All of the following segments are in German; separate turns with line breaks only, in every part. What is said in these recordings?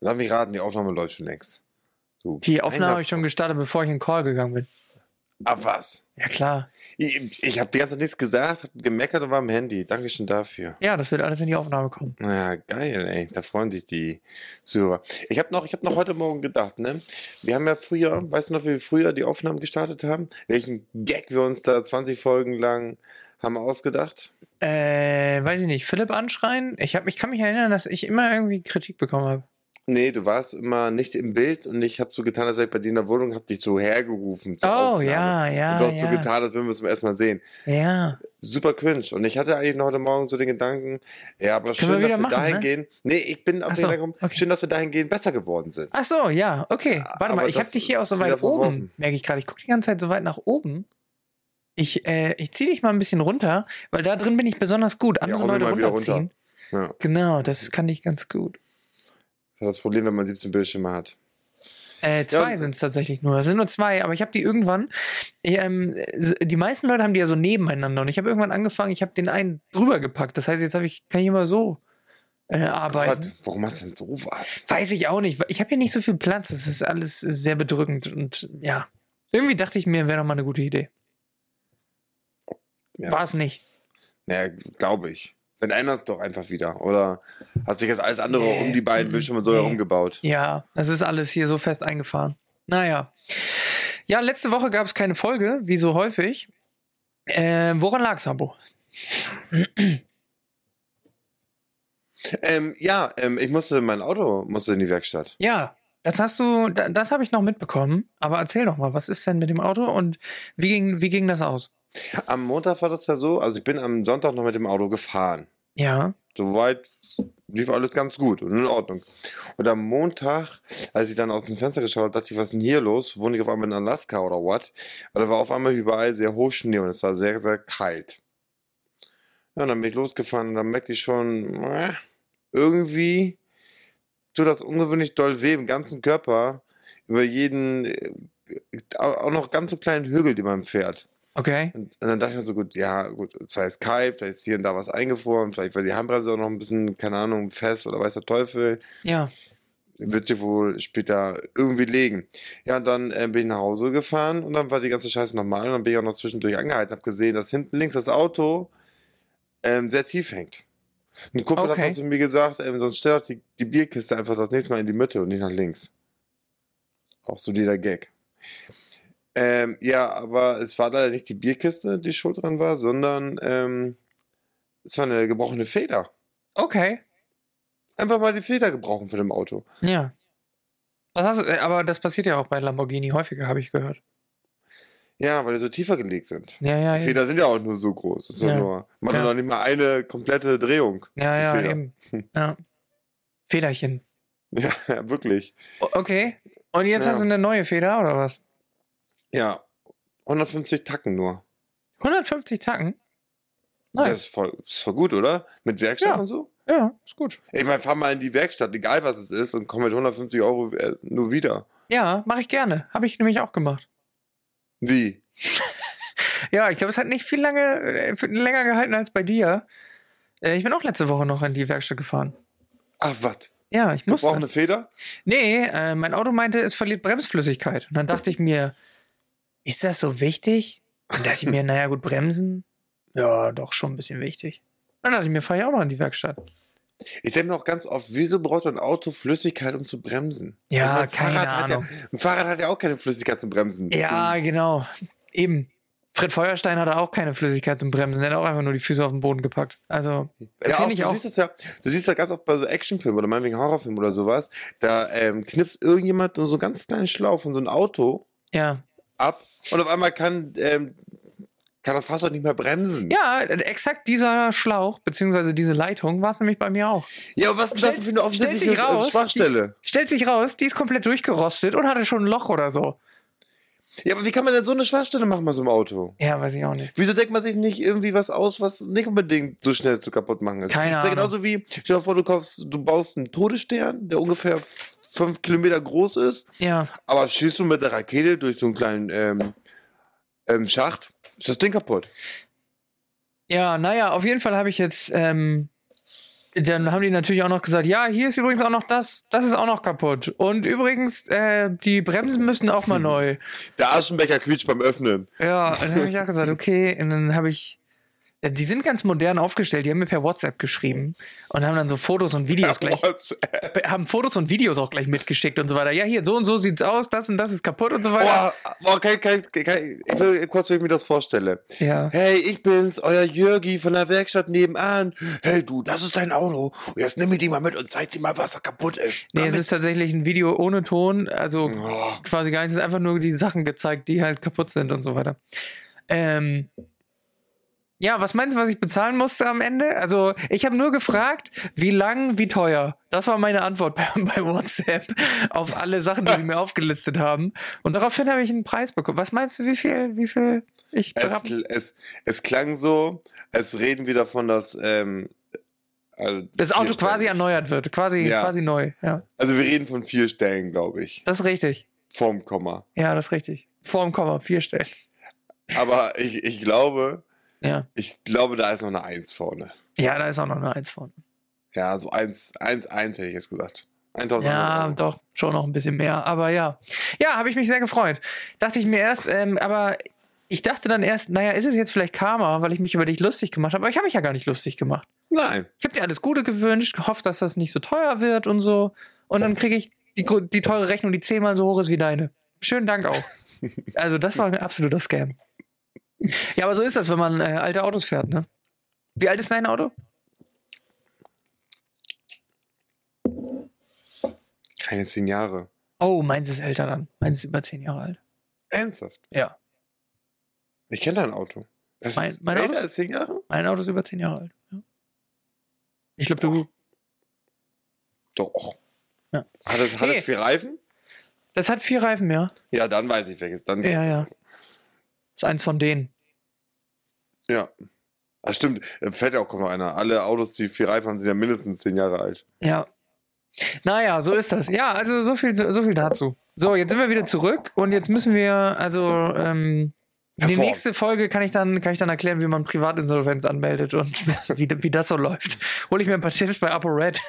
Lass mich raten, die Aufnahme läuft schon längst. Du
Die Aufnahme
kleiner-
habe ich schon gestartet, bevor ich in den Call gegangen bin.
Ah, was?
Ja, klar.
Ich, ich habe die ganze Zeit nichts gesagt, hab gemeckert und war am Handy. Dankeschön dafür.
Ja, das wird alles in die Aufnahme kommen.
Ja, geil, ey. Da freuen sich die Zuhörer. Ich habe noch, ich hab noch heute Morgen gedacht, ne? Wir haben ja früher, weißt du noch, wie wir früher die Aufnahmen gestartet haben? Welchen Gag wir uns da 20 Folgen lang haben ausgedacht?
Äh, weiß ich nicht, Philipp anschreien? Ich, hab, ich kann mich erinnern, dass ich immer irgendwie Kritik bekommen habe.
Nee, du warst immer nicht im Bild und ich habe so getan, als wäre ich bei dir in der Wohnung, habe dich so hergerufen. zur
Oh,
Aufnahme.
ja, ja.
Und du hast
ja,
so getan, als würden wir es zum ersten Mal sehen.
Ja.
super cringe. Und ich hatte eigentlich noch heute Morgen so den Gedanken, ja, aber schön,
wir
dass
wieder
wir
machen,
dahin
ne?
gehen. Nee, ich bin auf den
Ach so,
Gedanken, gekommen,
okay.
schön, dass wir dahin gehen, besser geworden sind.
Ach so, ja, okay. Warte
aber
mal, ich
das
habe dich hier
ist
auch so
wieder
weit oben,
verworfen.
merke ich gerade. Ich gucke die ganze Zeit so weit nach oben. Ich, äh, ich ziehe dich mal ein bisschen runter, weil da drin bin ich besonders gut. Andere
hau mir
Leute
mal wieder
runterziehen.
Ja,
Genau, das kann ich ganz gut.
das ist das Problem, wenn man 17 Bildschirme hat.
Äh, zwei
und-
sind es tatsächlich nur. Es sind nur zwei, aber ich habe die irgendwann. Ähm, s- die meisten Leute haben die ja so nebeneinander und ich habe irgendwann angefangen, ich habe den einen drüber gepackt. Das heißt, jetzt habe ich, kann ich immer so äh, arbeiten.
Oh Gott, warum hast du denn sowas?
Weiß ich auch nicht. weil Ich habe hier nicht so viel Platz. Es ist alles sehr bedrückend und ja. Irgendwie dachte ich mir, wäre doch mal eine gute Idee.
Ja.
War es nicht.
Naja, glaube ich. Dann ändert es doch einfach wieder. Oder hat sich jetzt alles andere
Nee,
um die beiden
mhm,
Bildschirme so
nee.
herumgebaut?
Ja, das ist alles hier so fest eingefahren. Naja. Ja, letzte Woche gab es keine Folge, wie so häufig. Äh, woran lag's, Abo?
Ähm, ja, ähm, ich musste, mein Auto musste in die Werkstatt.
Ja, das hast du, da- das habe ich noch mitbekommen. Aber erzähl doch mal, was ist denn mit dem Auto und wie ging, wie ging das aus?
Am Montag war das ja so, also ich bin am Sonntag noch mit dem Auto gefahren.
Ja,
soweit lief alles ganz gut und in Ordnung. Und am Montag, als ich dann aus dem Fenster geschaut habe, dachte ich, was ist denn hier los? Wohne ich auf einmal in Alaska oder what? Weil da war auf einmal überall sehr hoch Schnee und es war sehr, sehr kalt. Ja, und dann bin ich losgefahren und dann merkte ich schon, äh, irgendwie tut das ungewöhnlich doll weh im ganzen Körper, über jeden, äh, auch noch ganz so kleinen Hügel, den man fährt.
okay.
Und, und dann dachte ich mir so, gut, ja, gut, zwar ist kalt, vielleicht ist hier und da was eingefroren, vielleicht war die Handbremse auch noch ein bisschen, keine Ahnung, fest oder weiß der Teufel,
Ja,
wird sich wohl später irgendwie legen. Ja, und dann äh, bin ich nach Hause gefahren und dann war die ganze Scheiße nochmal und dann bin ich auch noch zwischendurch angehalten, habe gesehen, dass hinten links das Auto ähm, sehr tief hängt. Ein Kumpel
Okay.
hat was zu mir gesagt, ähm, sonst stell doch die, die Bierkiste einfach das nächste Mal in die Mitte und nicht nach links. Auch solider Gag. Ähm, ja, aber es war leider nicht die Bierkiste, die schuld dran war, sondern ähm, es war eine gebrochene Feder.
okay.
Einfach mal die Feder gebrochen von dem Auto.
Ja. Was hast du, äh, aber das passiert ja auch bei Lamborghini häufiger, habe ich gehört.
Ja, weil die so tiefer gelegt sind.
Ja, ja,
Die
eben.
Feder sind ja auch nur so groß. Das ist
Ja.
ja. nur, man hat
Ja.
noch nicht mal eine komplette Drehung.
Ja,
die
ja,
Feder. Hm.
eben. Ja. Federchen.
Ja, wirklich.
O okay. Und jetzt
Ja.
hast du eine neue Feder oder was?
Ja, 150 Tacken nur.
150 Tacken? Nice.
Das ist voll, ist voll gut, oder? Mit Werkstatt
Ja.
und so?
ja, ist gut.
Ich meine, fahr mal in die Werkstatt, egal was es ist, und komm mit 150 Euro äh, nur wieder.
Ja, mache ich gerne. Habe ich nämlich auch gemacht.
Wie?
Ja, ich glaube, es hat nicht viel lange, äh, viel länger gehalten als bei dir. Äh, ich bin auch letzte Woche noch in die Werkstatt gefahren.
Ach, was?
Ja, ich
Braucht
musste.
eine Feder?
Nee, äh, mein Auto meinte, es verliert Bremsflüssigkeit. Und dann dachte ich mir, ist das so wichtig? Dann dachte ich mir, naja, gut, bremsen? Ja, doch, schon ein bisschen wichtig. Dann dachte ich mir, fahre ich auch mal in die Werkstatt.
Ich denke mir auch ganz oft, wieso braucht ein Auto Flüssigkeit, um zu bremsen?
Ja,
Ich
keine
Fahrrad
Ahnung.
Hat ja, ein Fahrrad hat ja auch keine Flüssigkeit zum Bremsen.
Ja, genau. Eben. Fred Feuerstein hatte auch keine Flüssigkeit zum Bremsen. Der hat auch einfach nur die Füße auf den Boden gepackt. Also,
Ja, auch,
finde ich
du
auch.
siehst das ja, du siehst das ganz oft bei so Actionfilmen oder meinetwegen Horrorfilmen oder sowas, da ähm, knipst irgendjemand nur so einen ganz kleinen Schlauch von so einem Auto
Ja.
ab und auf einmal kann, ähm, kann das Fahrzeug nicht mehr bremsen.
Ja, exakt dieser Schlauch, beziehungsweise diese Leitung, war es nämlich bei mir auch.
Ja, aber was ist das denn
Stellt-
für eine offensichtliche
stellt sich raus,
äh, Schwachstelle?
Stellt sich raus, die ist komplett durchgerostet und hatte schon ein Loch oder so.
Ja, aber wie kann man denn so eine Schwachstelle machen bei so einem Auto?
Ja, weiß ich auch nicht.
Wieso denkt man sich nicht irgendwie was aus, was nicht unbedingt so schnell zu kaputt machen ist?
Keine
ist ja
Ahnung.
genauso wie, stell dir mal vor, du, kaufst, du baust einen Todesstern, der ungefähr fünf Kilometer groß ist,
Ja.
aber schießt du mit der Rakete durch so einen kleinen ähm, ähm, Schacht, ist das Ding kaputt.
Ja, naja, auf jeden Fall habe ich jetzt, ähm, dann haben die natürlich auch noch gesagt, ja, hier ist übrigens auch noch das, das ist auch noch kaputt. Und übrigens, äh, die Bremsen müssen auch mal neu.
Der Aschenbecher quietscht beim Öffnen.
Ja, und dann habe ich auch gesagt, okay, und dann habe ich. äh, Die sind ganz modern aufgestellt, die haben mir per WhatsApp geschrieben und haben dann so Fotos und Videos gleich, haben Fotos und Videos auch gleich mitgeschickt und so weiter. Ja, hier, so und so sieht's aus, das und das ist kaputt und so weiter.
Boah, boah, kann, kann, kann, ich will kurz, wie ich mir das vorstelle.
Ja.
Hey, ich bin's, euer Jürgi von der Werkstatt nebenan. Hey, du, das ist dein Auto. Und Jetzt nimm mir die mal mit und zeig dir mal, was da kaputt ist.
Nee,
Komm
es
mit.
ist tatsächlich ein Video ohne Ton, also
Oh,
quasi gar nichts, es ist einfach nur die Sachen gezeigt, die halt kaputt sind und so weiter. Ähm, ja, was meinst du, was ich bezahlen musste am Ende? Also, ich habe nur gefragt, wie lang, wie teuer. Das war meine Antwort bei, bei WhatsApp auf alle Sachen, die sie mir aufgelistet haben. Und daraufhin habe ich einen Preis bekommen. Was meinst du, wie viel, wie viel ich
es,
berab
es, es klang so, als reden wir davon, dass ähm, also
das Auto
vier
quasi
Stellen.
erneuert wird, quasi,
Ja.
quasi neu. Ja,
Also wir reden von vier Stellen, glaube ich.
das ist richtig.
Vorm Komma.
Ja, das ist richtig. Vorm Komma, vier Stellen.
Aber ich, ich glaube,
Ja.
ich glaube, da ist noch eine Eins vorne.
Ja, da ist auch noch eine Eins vorne.
Ja, so eins, eins, eins hätte ich jetzt gesagt. 1000
Ja,
Euro.
doch, schon noch ein bisschen mehr. Aber ja. Ja, habe ich mich sehr gefreut. Dachte ich mir erst, ähm, aber ich dachte dann erst, naja, ist es jetzt vielleicht Karma, weil ich mich über dich lustig gemacht habe. Aber ich habe mich ja gar nicht lustig gemacht.
Nein.
Ich habe dir alles Gute gewünscht, gehofft, dass das nicht so teuer wird und so. Und dann kriege ich die, gro- die teure Rechnung, die zehnmal so hoch ist wie deine. Schönen Dank auch. Also, das war ein absoluter Scam. Ja, aber so ist das, wenn man äh, alte Autos fährt, ne? Wie alt ist dein Auto?
Keine zehn Jahre.
Oh, meins ist älter dann. Meins ist über zehn Jahre alt.
Ernsthaft.
Ja.
Ich kenne dein Auto. Das
Mein-
ist
mein
älter
Auto?
als zehn Jahre?
Mein Auto ist über zehn Jahre alt. Ja. Ich glaube, du.
Doch.
Ja.
Hat es, hat
Nee.
es vier Reifen?
Das hat vier Reifen, ja.
Ja, dann weiß ich welches. Dann,
Ja, ja. Ist eins von denen.
ja. Ah, stimmt. Äh, Fährt ja auch kaum noch einer. Alle Autos, die vier Reifen haben, sind ja mindestens zehn Jahre alt.
Ja. Naja, so ist das. Ja, also so viel, so viel dazu. So, jetzt sind wir wieder zurück und jetzt müssen wir, also, ähm, die
Perform.
nächste Folge kann ich dann, kann ich dann erklären, wie man Privatinsolvenz anmeldet und wie, wie das so läuft. Hol ich mir ein paar Tipps bei ApoRed.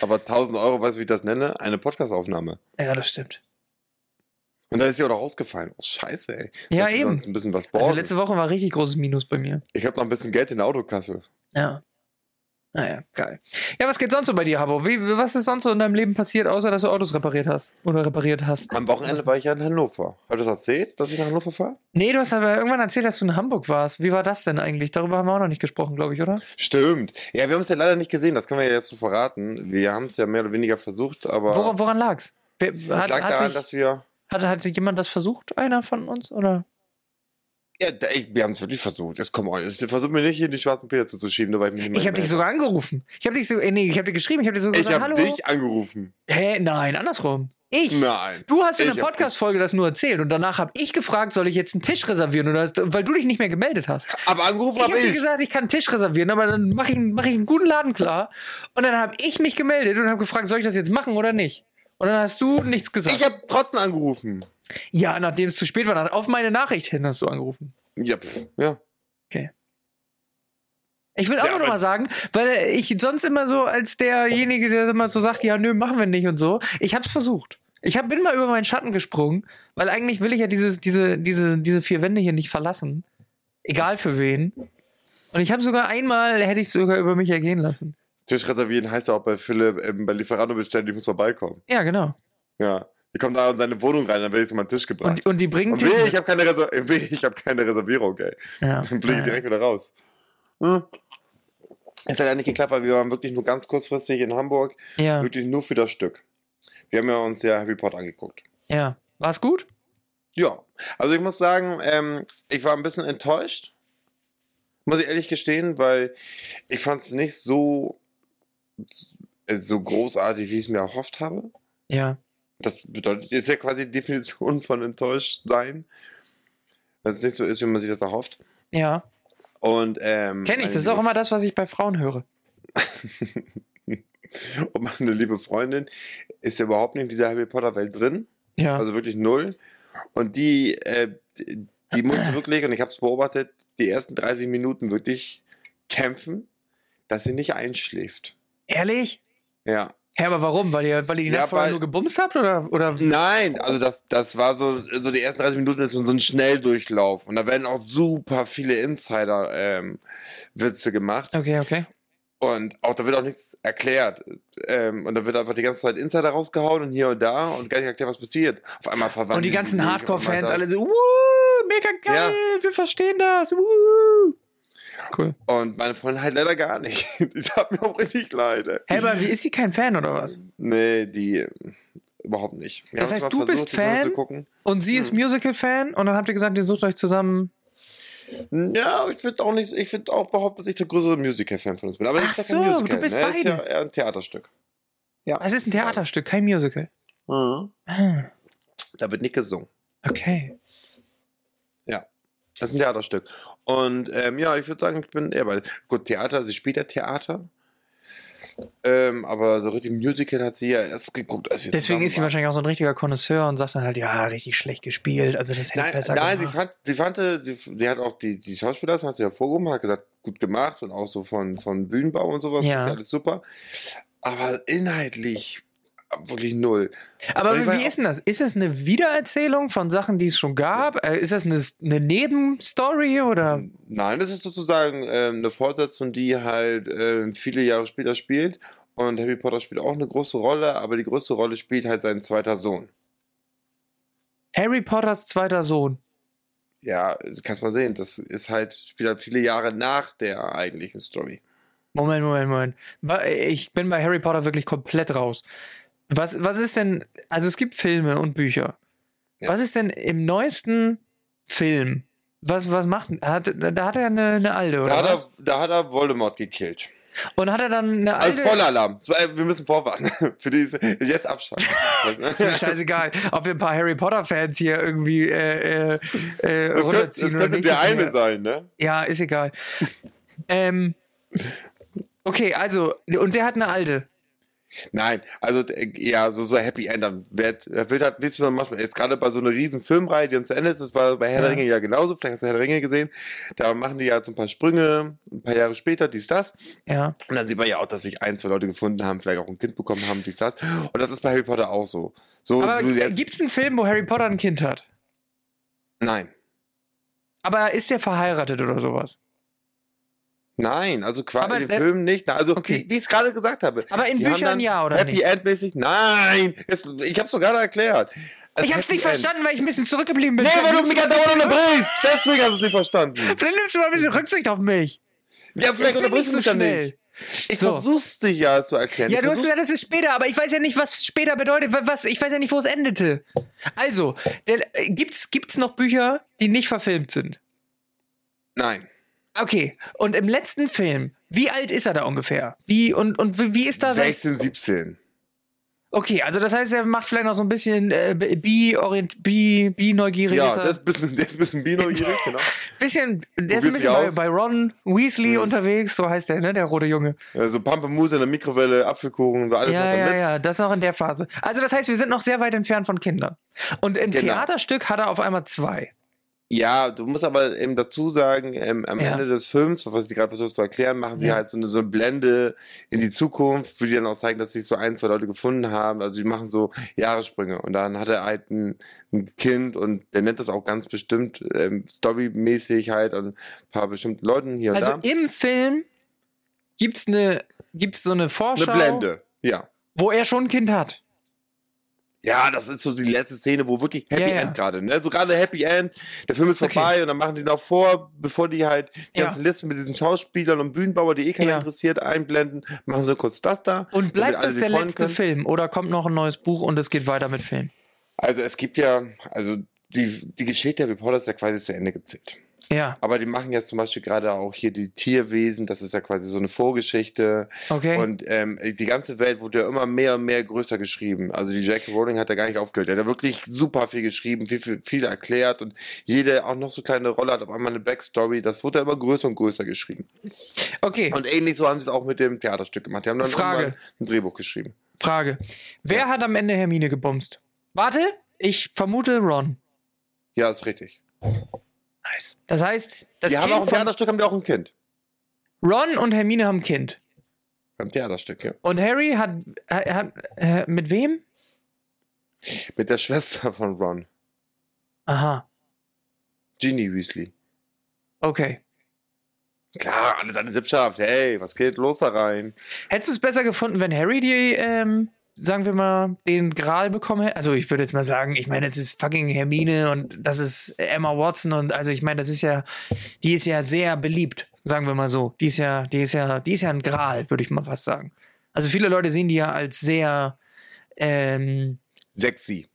Aber 1000 Euro, weißt du, wie ich das nenne? Eine Podcast-Aufnahme.
Ja, das stimmt.
Und dann ist sie auch noch rausgefallen. Oh, scheiße, ey.
Ja,
Sollte
eben.
Sonst ein bisschen was borgen.
Also letzte Woche war richtig großes Minus bei mir.
ich habe noch ein bisschen Geld in der Autokasse.
Ja. Naja, geil. Ja, was geht sonst so bei dir, Habo? Wie, was ist sonst so in deinem Leben passiert, außer dass du Autos repariert hast? Oder repariert hast?
Am Wochenende war ich ja in Hannover. Hab ich das erzählt, dass ich nach Hannover fahre?
Nee, du hast aber irgendwann erzählt, dass du in Hamburg warst. Wie war das denn eigentlich? Darüber haben wir auch noch nicht gesprochen, glaube ich, oder?
Stimmt. Ja, wir haben es ja leider nicht gesehen, das können wir ja jetzt so verraten. Wir haben es ja mehr oder weniger versucht, aber
Woran, woran lag's? Wer,
es
hat,
lag
hat,
daran,
sich,
dass wir.
hat, hat jemand das versucht, einer von uns? Oder?
Ja, da- ich, wir haben es wirklich versucht. Jetzt komm on, jetzt versuch mir nicht hier in die schwarzen Peter zuzuschieben, nur weil ich mich nicht mehr
Ich habe dich sogar angerufen. Ich habe dich so, äh, nee, ich habe dir geschrieben, ich habe dir so
melde.
gesagt,
Ich
hallo.
habe dich angerufen.
Hä? Nein, andersrum. Ich.
Nein.
Du hast in
Ich
einer
hab
Podcast-Folge das nur erzählt und danach habe ich gefragt, soll ich jetzt einen Tisch reservieren, oder hast- weil du dich nicht mehr gemeldet hast.
Aber angerufen
Ich
habe
habe dir
ich.
gesagt, ich kann einen Tisch reservieren, aber dann mache ich, mach ich einen guten Laden klar. Und dann habe ich mich gemeldet und habe gefragt, soll ich das jetzt machen oder nicht? Und dann hast du nichts gesagt.
Ich habe trotzdem angerufen.
ja, nachdem es zu spät war, nach- auf meine Nachricht hin hast du angerufen.
Ja, pff, ja.
Ich will auch
Ja,
noch
aber-
mal sagen, weil ich sonst immer so als derjenige, der immer so sagt, ja, nö, machen wir nicht und so. Ich habe es versucht. Ich hab, bin mal über meinen Schatten gesprungen, weil eigentlich will ich ja dieses, diese, diese, diese vier Wände hier nicht verlassen. Egal für wen. Und ich habe sogar einmal, hätte ich sogar über mich ergehen lassen.
Tisch reservieren heißt ja auch bei Philipp, ähm, bei Lieferando bestellen, ich muss vorbeikommen.
Ja, genau.
Ja. Ich komme da in seine Wohnung rein, dann werde ich zu meinem Tisch gebracht.
Und, und die bringen
Und weh, ich habe keine, Reser weh, ich hab keine Reservierung, ey.
Ja.
Dann blicke ich direkt wieder raus. Hm. Es hat ja nicht geklappt, weil wir waren wirklich nur ganz kurzfristig in Hamburg,
Ja,
wirklich nur für das Stück. Wir haben ja uns ja Harry Potter angeguckt.
ja. War's gut?
Ja, also ich muss sagen, ähm, ich war ein bisschen enttäuscht, muss ich ehrlich gestehen, weil ich fand es nicht so, so großartig, wie ich es mir erhofft habe.
Ja.
Das bedeutet, ist ja quasi die Definition von enttäuscht sein. Wenn es nicht so ist, wie man sich das erhofft.
Ja.
Und, ähm,
Kenne ich. Das ist auch immer das, was ich bei Frauen höre.
Und meine liebe Freundin ist ja überhaupt nicht in dieser Harry Potter-Welt drin.
Ja.
Also wirklich null. Und die, äh, die die musste wirklich, und ich habe es beobachtet, die ersten 30 Minuten wirklich kämpfen, dass sie nicht einschläft.
Ehrlich?
Ja.
Hä, aber warum? Weil ihr, weil ihr die
Ja,
Nacht vorher
weil-
nur gebumst habt? Oder, oder
Nein, also das, das war so, so die ersten 30 Minuten ist so ein Schnelldurchlauf. Und da werden auch super viele Insider-Witze gemacht.
Okay, okay.
Und auch da wird auch nichts erklärt. Ähm, und da wird einfach die ganze Zeit Insider rausgehauen und hier und da und gar nicht erklärt, was passiert. Auf einmal verwandeln.
Und die ganzen
sich, auf
Hardcore-Fans
einmal
alle
das.
so, wuh, mega geil, wir verstehen das, wuh. Cool.
Und meine Freundin halt leider gar nicht. Die tat mir auch richtig leid. ey.
Hä, aber wie ist sie kein Fan oder was?
Nee, die äh, überhaupt nicht. Wir
Das
haben es
heißt,
mal
du bist
die Filme
Fan?
Zu gucken.
Und sie
Hm.
ist Musical-Fan und dann habt ihr gesagt, ihr sucht euch zusammen.
Ja, ich würde auch nicht, ich würde auch behaupten, dass ich der größere Musical-Fan von uns bin. Aber
Ach
das ist ja
so,
kein Musical,
du bist
ne? Ist
beides.
ja eher ein Theaterstück.
Es ist ein Theaterstück, kein Musical.
Mhm.
Ah,
Da wird nicht gesungen.
okay.
Das ist ein Theaterstück. Und ähm, ja, ich würde sagen, ich bin eher bei. Gut, Theater, sie spielt ja Theater. Ähm, aber so richtig Musical hat sie ja erst geguckt, als wir
Deswegen
zusammen
ist sie
waren.
wahrscheinlich auch so ein richtiger Konnoisseur und sagt dann halt, ja, richtig schlecht gespielt, also das hätte ich
Nein,
besser
nein sie,
gemacht.
fand, sie fand, äh, sie, sie hat auch die, die Schauspielerin, hat sie hervorgehoben, hat gesagt, gut gemacht und auch so von, von Bühnenbau und sowas,
Ja.
fand sie alles super. Aber inhaltlich äh, wirklich null.
Aber
Und Also ich
wie
war-
ist denn das? Ist das eine Wiedererzählung von Sachen, die es schon gab? Äh, Ist das eine, eine Nebenstory oder?
Ähm, Nein, das ist sozusagen ähm, eine Fortsetzung, die halt ähm, viele Jahre später spielt. Und Harry Potter spielt auch eine große Rolle, aber die größte Rolle spielt halt sein zweiter Sohn.
Harry Potters zweiter Sohn.
Ja, das kannst mal sehen. Das ist halt, spielt halt viele Jahre nach der eigentlichen Story.
Moment, Moment, Moment. Wa- Ich bin bei Harry Potter wirklich komplett raus. Was, was ist denn, also es gibt Filme und Bücher.
Ja.
Was ist denn im neuesten Film? Was, was macht, hat, da hat er eine, eine alte, oder
Da hat,
was?
er, da hat er Voldemort gekillt.
Und hat er dann eine
Also
alte...
Spoiler-Alarm. So, äh, Wir müssen vorwarnen. Für die jetzt abschalten.
Ist mir scheißegal, ob wir ein paar Harry Potter-Fans hier irgendwie äh, äh, äh,
das könnte, das
runterziehen oder
könnte
nicht.
der
ist mir-
eine sein, ne?
Ja, ist egal. ähm, okay, also, und der hat eine alte.
Nein, also äh, ja, so, so Happy End. Dann wird, da wird halt, wie es man manchmal jetzt gerade bei so einer riesen Filmreihe, die dann zu Ende ist, das war bei Herr der
Ja.
Ringe ja genauso, vielleicht hast du Herr der Ringe gesehen, da machen die ja so ein paar Sprünge, ein paar Jahre später, dies, das.
Ja.
Und dann sieht man ja auch, dass sich ein, zwei Leute gefunden haben, vielleicht auch ein Kind bekommen haben, dies, das. Und das ist bei Harry Potter auch so. So,
Aber
so jetzt,
gibt es einen Film, wo Harry Potter ein Kind hat?
Nein.
Aber ist der verheiratet oder sowas?
Nein, also
Aber
quasi in den
der-
Filmen nicht. Na, Also,
Okay.
wie, wie ich es gerade gesagt habe.
Aber in
die haben
Büchern
dann
ja, oder
Happy
nicht?
End-mäßig? Nein! Es, ich hab's doch gerade erklärt. Es
Ich hab's
Happy
nicht
End.
verstanden, weil ich ein bisschen zurückgeblieben bin.
Nee, weil du
Nimmst
mich
mal
ja
ein bisschen
dauernd
Rücksicht-
unterbrichst. Deswegen hast du es nicht verstanden.
Vielleicht nimmst du mal ein bisschen Rücksicht auf mich.
Ja, vielleicht
Ich bin nicht
unterbrichst du
so
mich ja
schnell.
nicht. Ich
So.
versuch's dich ja zu erklären.
Ja,
Ich
du hast
versuch's-
gesagt, das ist später, aber ich weiß ja nicht, was später bedeutet. wa- Was, ich weiß ja nicht, wo es endete. Also, der, äh, gibt's, gibt's noch Bücher, die nicht verfilmt sind?
Nein.
Okay, und im letzten Film, wie alt ist er da ungefähr? Wie und, und wie, wie ist da sein.
16, 17.
Okay, also das heißt, er macht vielleicht noch so ein bisschen äh, bi-orient, bi- bi-neugierig.
Ja,
ist er.
das ist ein bisschen, das ist ein bisschen binäugierig, genau.
bisschen, der ist
Probiert
ein
sich
bisschen bei,
aus.
bei Ron Weasley unterwegs, so heißt der, ne, der rote Junge.
Also Pampelmuse in der Mikrowelle, Apfelkuchen, so alles
Ja,
macht er
ja,
mit.
ja, das ist noch in der Phase. Also das heißt, wir sind noch sehr weit entfernt von Kindern. Und im
Genau.
Theaterstück hat er auf einmal zwei.
Ja, du musst aber eben dazu sagen, ähm, am
Ja.
Ende des Films, was ich gerade versucht zu erklären, machen sie
Ja.
halt so eine, so eine Blende in die Zukunft, wo die dann auch zeigen, dass sich so ein, zwei Leute gefunden haben. Also die machen so Jahressprünge. Und dann hat er halt ein, ein Kind und der nennt das auch ganz bestimmt ähm, storymäßig halt an ein paar bestimmten Leuten hier und
Also
da.
im Film gibt's eine, gibt's so eine
Eine
Vorschau,
Blende, ja.
wo er schon ein Kind hat.
Ja, das ist so die letzte Szene, wo wirklich Happy
Ja, ja.
End gerade, ne? So gerade Happy End, der Film ist
Okay.
vorbei und dann machen die noch vor, bevor die halt die
Ja.
ganzen Listen mit diesen Schauspielern und Bühnenbauer, die eh keiner
Ja.
interessiert, einblenden, machen so kurz das da.
Und
damit
bleibt
alle
das
sich
der
freuen
letzte
können.
Film oder kommt noch ein neues Buch und es geht weiter mit Film?
Also es gibt ja, also die, die Geschichte der Reporter ist ja quasi zu Ende gezählt.
Ja,
Aber die machen jetzt zum Beispiel gerade auch hier die Tierwesen, das ist ja quasi so eine Vorgeschichte.
okay.
Und ähm, die ganze Welt wurde ja immer mehr und mehr größer geschrieben. Also die J.K. Rowling hat da gar nicht aufgehört. Er hat ja wirklich super viel geschrieben, viel, viel, viel erklärt und jede auch noch so kleine Rolle hat auf einmal eine Backstory. Das wurde ja immer größer und größer geschrieben.
okay,
Und ähnlich so haben sie es auch mit dem Theaterstück gemacht. Die haben dann
Frage.
irgendwann ein Drehbuch geschrieben.
Frage. Wer hat am Ende Hermine gebumst? Warte, ich vermute Ron.
Ja, ist richtig.
Nice. Das heißt, das
die haben auch
Kind
ein
von
Theaterstück, haben die auch ein Kind.
Ron und Hermine haben ein Kind.
Beim Theaterstück, ja.
Und Harry hat, er hat äh, mit wem?
Mit der Schwester von Ron.
Aha,
Ginny Weasley.
okay.
Klar, alles eine Sippschaft. Hey, was geht los da rein?
Hättest du es besser gefunden, wenn Harry die, ähm, sagen wir mal, den Gral bekommen hätte? Also ich würde jetzt mal sagen, ich meine, es ist fucking Hermine und das ist Emma Watson und also ich meine, das ist ja, die ist ja sehr beliebt, sagen wir mal so. Die ist ja, die ist ja, die ist ja ein Gral, würde ich mal fast sagen. Also viele Leute sehen die ja als sehr, ähm,
Sexy,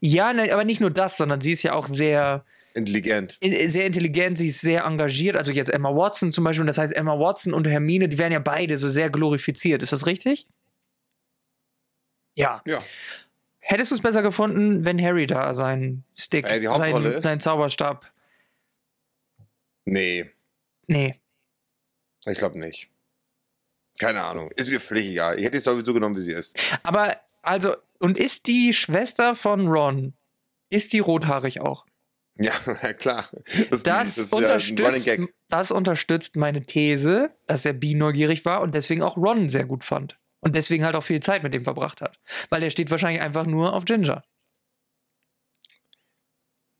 ja, ne, aber nicht nur das, sondern sie ist ja auch sehr,
intelligent.
in, sehr intelligent, sie ist sehr engagiert. Also jetzt Emma Watson zum Beispiel, das heißt Emma Watson und Hermine, die werden ja beide so sehr glorifiziert. Ist das richtig? Ja.
Ja.
Hättest du es besser gefunden, wenn Harry da seinen Stick,
Ey, die Hauptrolle
seinen,
ist-
seinen Zauberstab.
Nee,
Nee.
ich glaube nicht. Keine Ahnung. Ist mir völlig egal. Ich hätte die Story so genommen, wie sie ist.
Aber also, und ist die Schwester von Ron, ist die rothaarig auch?
Ja, klar.
Das,
ist ja ein Running
unterstützt,
Gag.
das unterstützt meine These, dass er bi-neugierig war und deswegen auch Ron sehr gut fand. Und deswegen halt auch viel Zeit mit dem verbracht hat. Weil er steht wahrscheinlich einfach nur auf Ginger.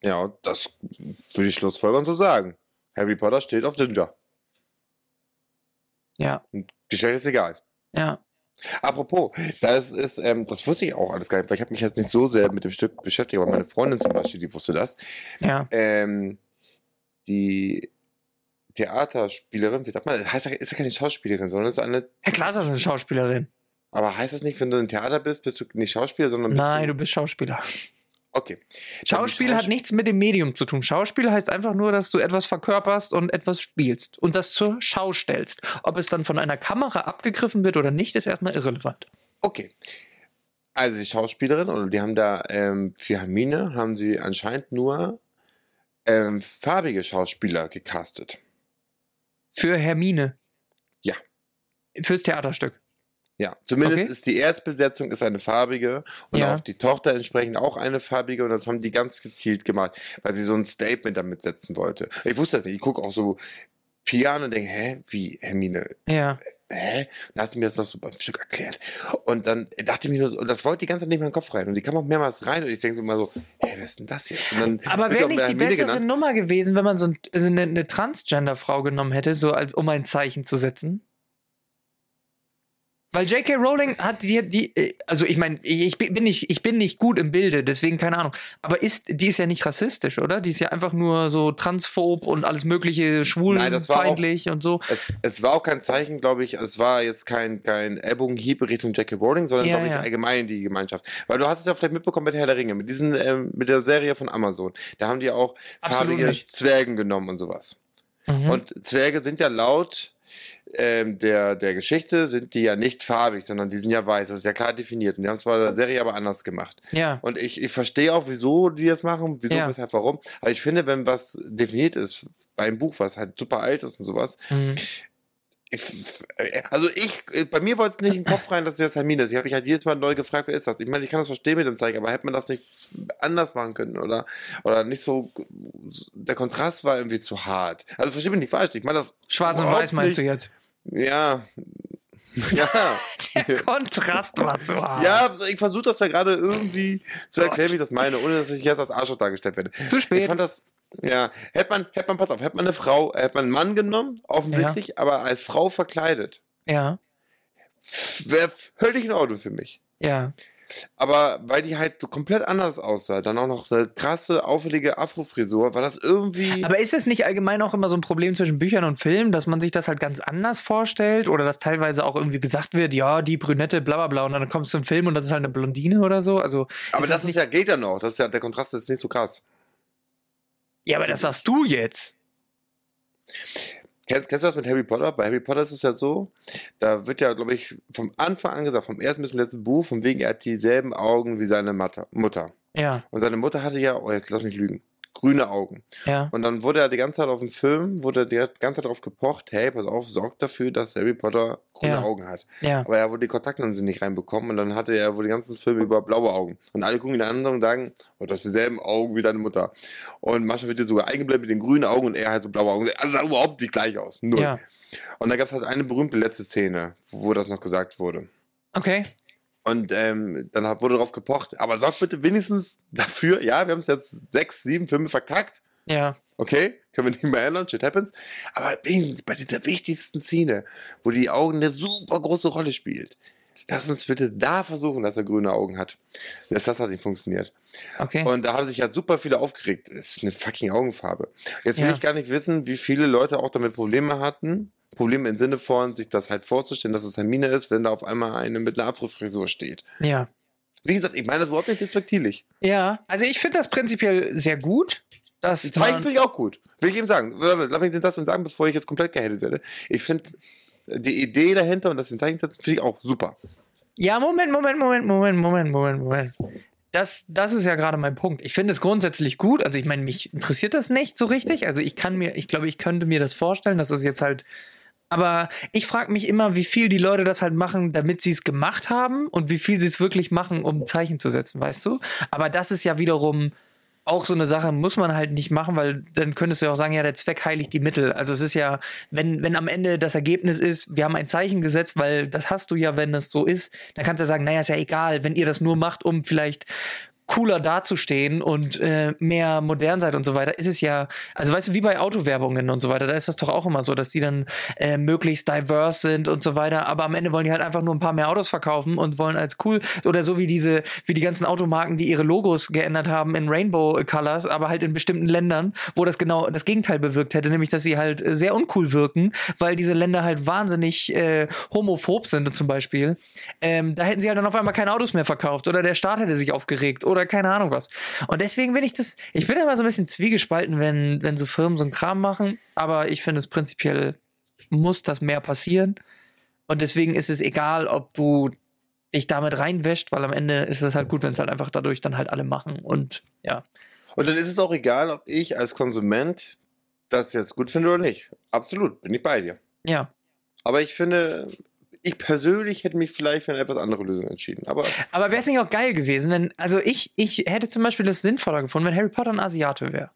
Ja, das würde ich schlussfolgern so sagen. Harry Potter steht auf Ginger.
Ja,
Geschlecht ist egal.
ja.
Apropos, das ist, ähm, das wusste ich auch alles gar nicht, weil ich habe mich jetzt nicht so sehr mit dem Stück beschäftigt, aber meine Freundin zum Beispiel, die wusste das.
Ja,
Ähm, die Theaterspielerin, wie sagt man, heißt, das- ist ja keine Schauspielerin, sondern ist eine.
Herr Glaser ist eine Schauspielerin.
Aber heißt das nicht, wenn du im Theater bist, bist du nicht Schauspieler, sondern bist
Nein,
du.
du bist Schauspieler.
Okay.
Schauspiel hat
Schaus-
nichts mit dem Medium zu tun. Schauspiel heißt einfach nur, dass du etwas verkörperst und etwas spielst und das zur Schau stellst. Ob es dann von einer Kamera abgegriffen wird oder nicht, ist erstmal irrelevant.
Okay. Also die Schauspielerin, oder die haben da ähm, für Hermine haben sie anscheinend nur ähm, farbige Schauspieler gecastet.
Für Hermine.
Ja.
Fürs Theaterstück.
Ja, zumindest
Okay.
ist die Erstbesetzung ist eine farbige und
Ja.
auch die Tochter entsprechend auch eine farbige und das haben die ganz gezielt gemacht, weil sie so ein Statement damit setzen wollte. Ich wusste das nicht. Ich gucke auch so Piano und denke, hä, wie Hermine,
Ja.
hä? Und dann hat sie mir das noch so beim Stück erklärt. Und dann dachte ich mir nur, so, und das wollte die ganze Zeit nicht mehr in den Kopf rein. Und die kam auch mehrmals rein und ich denke so immer so, hä, wer ist denn das jetzt? Und dann
Aber
wird
wäre
auch
nicht die
Hermine
bessere
genannt.
Nummer gewesen, wenn man so ein, so eine, eine Transgender-Frau genommen hätte, so als um ein Zeichen zu setzen? Weil J.K. Rowling hat die, die äh, also ich meine, ich bin bin nicht, ich bin nicht gut im Bilde, deswegen keine Ahnung. Aber ist, die ist ja nicht rassistisch, oder? Die ist ja einfach nur so transphob und alles mögliche,
Nein, das war auch-
schwulenfeindlich und so.
Es, es war auch kein Zeichen, glaube ich, es war jetzt kein, kein Ellbogenhieb Richtung Jackie Rowling, sondern,
Ja,
glaube ich,
ja.
allgemein die Gemeinschaft. Weil du hast es ja vielleicht mitbekommen mit Herr der Ringe, mit, diesen, ähm, mit der Serie von Amazon. Da haben die auch
Absolut
farbige
nicht.
Zwergen genommen und sowas.
Mhm.
Und Zwerge sind ja laut ähm, der, der Geschichte, sind die ja nicht farbig, sondern die sind ja weiß. Das ist ja klar definiert. Und die haben es bei der Serie aber anders gemacht.
ja,
Und ich, ich verstehe auch, wieso die das machen, wieso,
Ja.
weshalb, warum. Aber ich finde, wenn was definiert ist, bei einem Buch, was halt super alt ist und sowas,
mhm.
ich- Also ich, bei mir wollte es nicht in den Kopf rein, dass es jetzt Hermine ist. Ich habe mich halt jedes Mal neu gefragt, wer ist das? Ich meine, ich kann das verstehen mit dem Zeichen, aber hätte man das nicht anders machen können oder, oder nicht so, der Kontrast war irgendwie zu hart. Also verstehe mich nicht falsch, ich meine das,
schwarz und
überhaupt
weiß meinst du
nicht.
jetzt?
ja, ja,
Der Kontrast war zu hart.
ja, ich versuche das ja gerade irgendwie zu erklären, wie ich das meine, ohne dass ich jetzt als Arschloch dargestellt werde.
Zu
Ich
spät.
fand das, ja, hätte man, hätte man, pass auf, hätte man eine Frau, hätte man einen Mann genommen, offensichtlich, aber als Frau verkleidet.
Ja,
wäre völlig in Ordnung für mich.
ja.
Aber weil die halt so komplett anders aussah, dann auch noch eine krasse, auffällige Afro-Frisur, war das irgendwie.
Aber ist es nicht allgemein auch immer so ein Problem zwischen Büchern und Filmen, dass man sich das halt ganz anders vorstellt oder dass teilweise auch irgendwie gesagt wird, ja, die Brünette, bla bla bla, und dann kommst du im Film und das ist halt eine Blondine oder so? Also,
Aber
ist
das,
das
ist
nicht-
ja, geht ja noch. Das ist ja, der Kontrast ist nicht so krass.
ja, aber das sagst du jetzt.
Kennst, kennst du das mit Harry Potter? Bei Harry Potter ist es ja so, da wird ja, glaube ich, vom Anfang an gesagt, vom ersten bis zum letzten Buch, von wegen, er hat dieselben Augen wie seine Mutter. Mutter.
Ja,
Und seine Mutter hatte ja, oh, jetzt lass mich lügen, grüne Augen.
ja,
Und dann wurde er die ganze Zeit auf dem Film, wurde er die ganze Zeit drauf gepocht, hey, pass auf, sorgt dafür, dass Harry Potter grüne
Ja.
Augen hat.
ja.
Aber er wurde die Kontaktlinsen nicht reinbekommen und dann hatte er wohl den ganzen Film über blaue Augen. Und alle gucken ihn an und sagen, oh, du hast dieselben Augen wie deine Mutter. halt Und manchmal wird dir sogar eingeblendet mit den grünen Augen und er hat so blaue Augen. Also sah überhaupt nicht gleich aus. Null.
Ja.
Und da gab es halt eine berühmte letzte Szene, wo das noch gesagt wurde.
Okay.
Und ähm, dann hat, wurde darauf gepocht, aber sorgt bitte wenigstens dafür, ja, wir haben es jetzt sechs, sieben Filme verkackt,
Ja.
okay, können wir nicht mehr ändern, shit happens, aber wenigstens bei dieser wichtigsten Szene, wo die Augen eine super große Rolle spielt, lass uns bitte da versuchen, dass er grüne Augen hat. Das, das hat nicht funktioniert.
Okay.
Und da haben sich ja super viele aufgeregt. Das ist eine fucking Augenfarbe. Jetzt will
Ja.
ich gar nicht wissen, wie viele Leute auch damit Probleme hatten. Probleme im Sinne von, sich das halt vorzustellen, dass es Hermine ist, wenn da auf einmal eine mit einer Abrufrisur steht.
ja.
Wie gesagt, ich meine das überhaupt nicht despektierlich.
Ja. Also ich finde das prinzipiell sehr gut. Dass
Die Zeichen
man,
finde ich auch gut. Will ich ihm sagen. Lass mich den Satz sagen, bevor ich jetzt komplett gehatet werde. Ich finde die Idee dahinter und das den Zeichen setzen, finde ich auch super.
ja, Moment, Moment, Moment, Moment, Moment, Moment, Moment. Das, das ist ja gerade mein Punkt. Ich finde es grundsätzlich gut. Also ich meine, mich interessiert das nicht so richtig. Also ich kann mir, ich glaube, ich könnte mir das vorstellen, dass es jetzt halt. Aber ich frage mich immer, wie viel die Leute das halt machen, damit sie es gemacht haben und wie viel sie es wirklich machen, um ein Zeichen zu setzen, weißt du? Aber das ist ja wiederum auch so eine Sache, muss man halt nicht machen, weil dann könntest du ja auch sagen, ja, der Zweck heiligt die Mittel. Also es ist ja, wenn, wenn am Ende das Ergebnis ist, wir haben ein Zeichen gesetzt, weil das hast du ja, wenn das so ist, dann kannst du ja sagen, naja, ist ja egal, wenn ihr das nur macht, um vielleicht cooler dazustehen und äh, mehr modern seid und so weiter, ist es ja, also weißt du, wie bei Autowerbungen und so weiter, da ist das doch auch immer so, dass die dann äh, möglichst diverse sind und so weiter, aber am Ende wollen die halt einfach nur ein paar mehr Autos verkaufen und wollen als cool oder so wie diese, wie die ganzen Automarken, die ihre Logos geändert haben in Rainbow Colors, aber halt in bestimmten Ländern, wo das genau das Gegenteil bewirkt hätte, nämlich dass sie halt äh, sehr uncool wirken, weil diese Länder halt wahnsinnig äh, homophob sind zum Beispiel. Ähm, da hätten sie halt dann auf einmal keine Autos mehr verkauft oder der Staat hätte sich aufgeregt oder keine Ahnung was. Und deswegen bin ich das, ich bin immer so ein bisschen zwiegespalten, wenn, wenn so Firmen so einen Kram machen, aber ich finde es prinzipiell muss das mehr passieren. Und deswegen ist es egal, ob du dich damit reinwäscht, weil am Ende ist es halt gut, wenn es halt einfach dadurch dann halt alle machen und ja.
Und dann ist es auch egal, ob ich als Konsument das jetzt gut finde oder nicht. Absolut, bin ich bei dir.
Ja.
Aber ich finde, ich persönlich hätte mich vielleicht für eine etwas andere Lösung entschieden. Aber
Aber wäre es nicht auch geil gewesen, wenn, also ich, ich hätte zum Beispiel das sinnvoller gefunden, wenn Harry Potter ein Asiate wäre.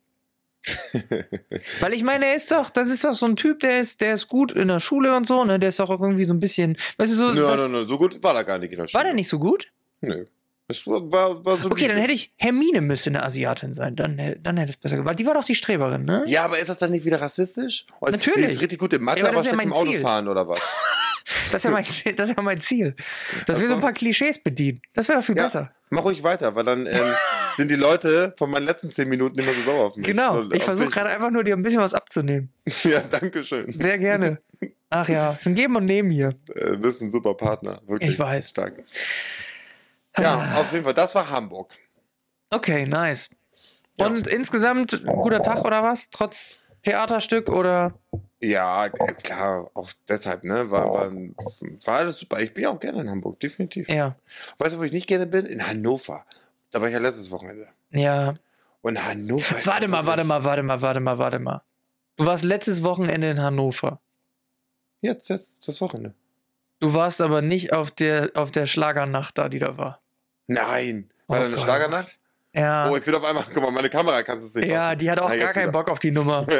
Weil ich meine, er ist doch, das ist doch so ein Typ, der ist, der ist gut in der Schule und so, ne? Der ist doch auch irgendwie so ein bisschen, weißt du, so.
nö,
das,
nö, nö, so gut war da gar nicht in der Schule.
War der nicht so gut?
Nö. Es war, war, war so
Okay, dann hätte ich, Hermine müsste eine Asiatin sein, dann, hä- dann hätte es besser gewesen. Weil die war doch die Streberin, ne?
Ja, aber ist das dann nicht wieder rassistisch? Und
Natürlich.
Die ist richtig gut im Mathe,
Ja, aber
aber,
das ist ja
schlecht im
mein Ziel.
Autofahren oder was?
Das ist ja mein Ziel, das ist ja mein Ziel. Dass wir so ein paar Klischees bedienen. Das wäre doch viel
Ja.
besser.
Mach ruhig weiter, weil dann ähm, sind die Leute von meinen letzten zehn Minuten immer so sauer auf mich.
Genau,
So,
ich
auf
versuche
dich.
gerade einfach nur dir ein bisschen was abzunehmen.
Ja, danke schön.
Sehr gerne. Ach ja, es ist ein Geben und Nehmen hier.
Äh, bist ein super Partner. Wirklich.
Ich weiß.
Stark. Ja, auf jeden Fall. Das war Hamburg.
Okay, nice.
Ja.
Und insgesamt ein guter Tag oder was? Trotz Theaterstück oder?
Ja, äh, klar, auch deshalb, ne? War, war, war alles super. Ich bin ja auch gerne in Hamburg, definitiv.
Ja.
Weißt du, wo ich nicht gerne bin? In Hannover. Da war ich ja letztes Wochenende.
Ja.
Und Hannover. ist
Warte mal,
wirklich-
warte mal, warte mal, warte mal, warte mal. Du warst letztes Wochenende in Hannover.
Jetzt, jetzt, das Wochenende.
Du warst aber nicht auf der, auf der Schlagernacht da, die da war.
Nein. War
Oh
da eine
Gott.
Schlagernacht?
Ja.
Oh, ich bin auf einmal. Guck mal, meine Kamera kannst du es nicht.
ja, die hat auch
Nein,
gar
jetzt
keinen
wieder.
Bock auf die Nummer.
machen.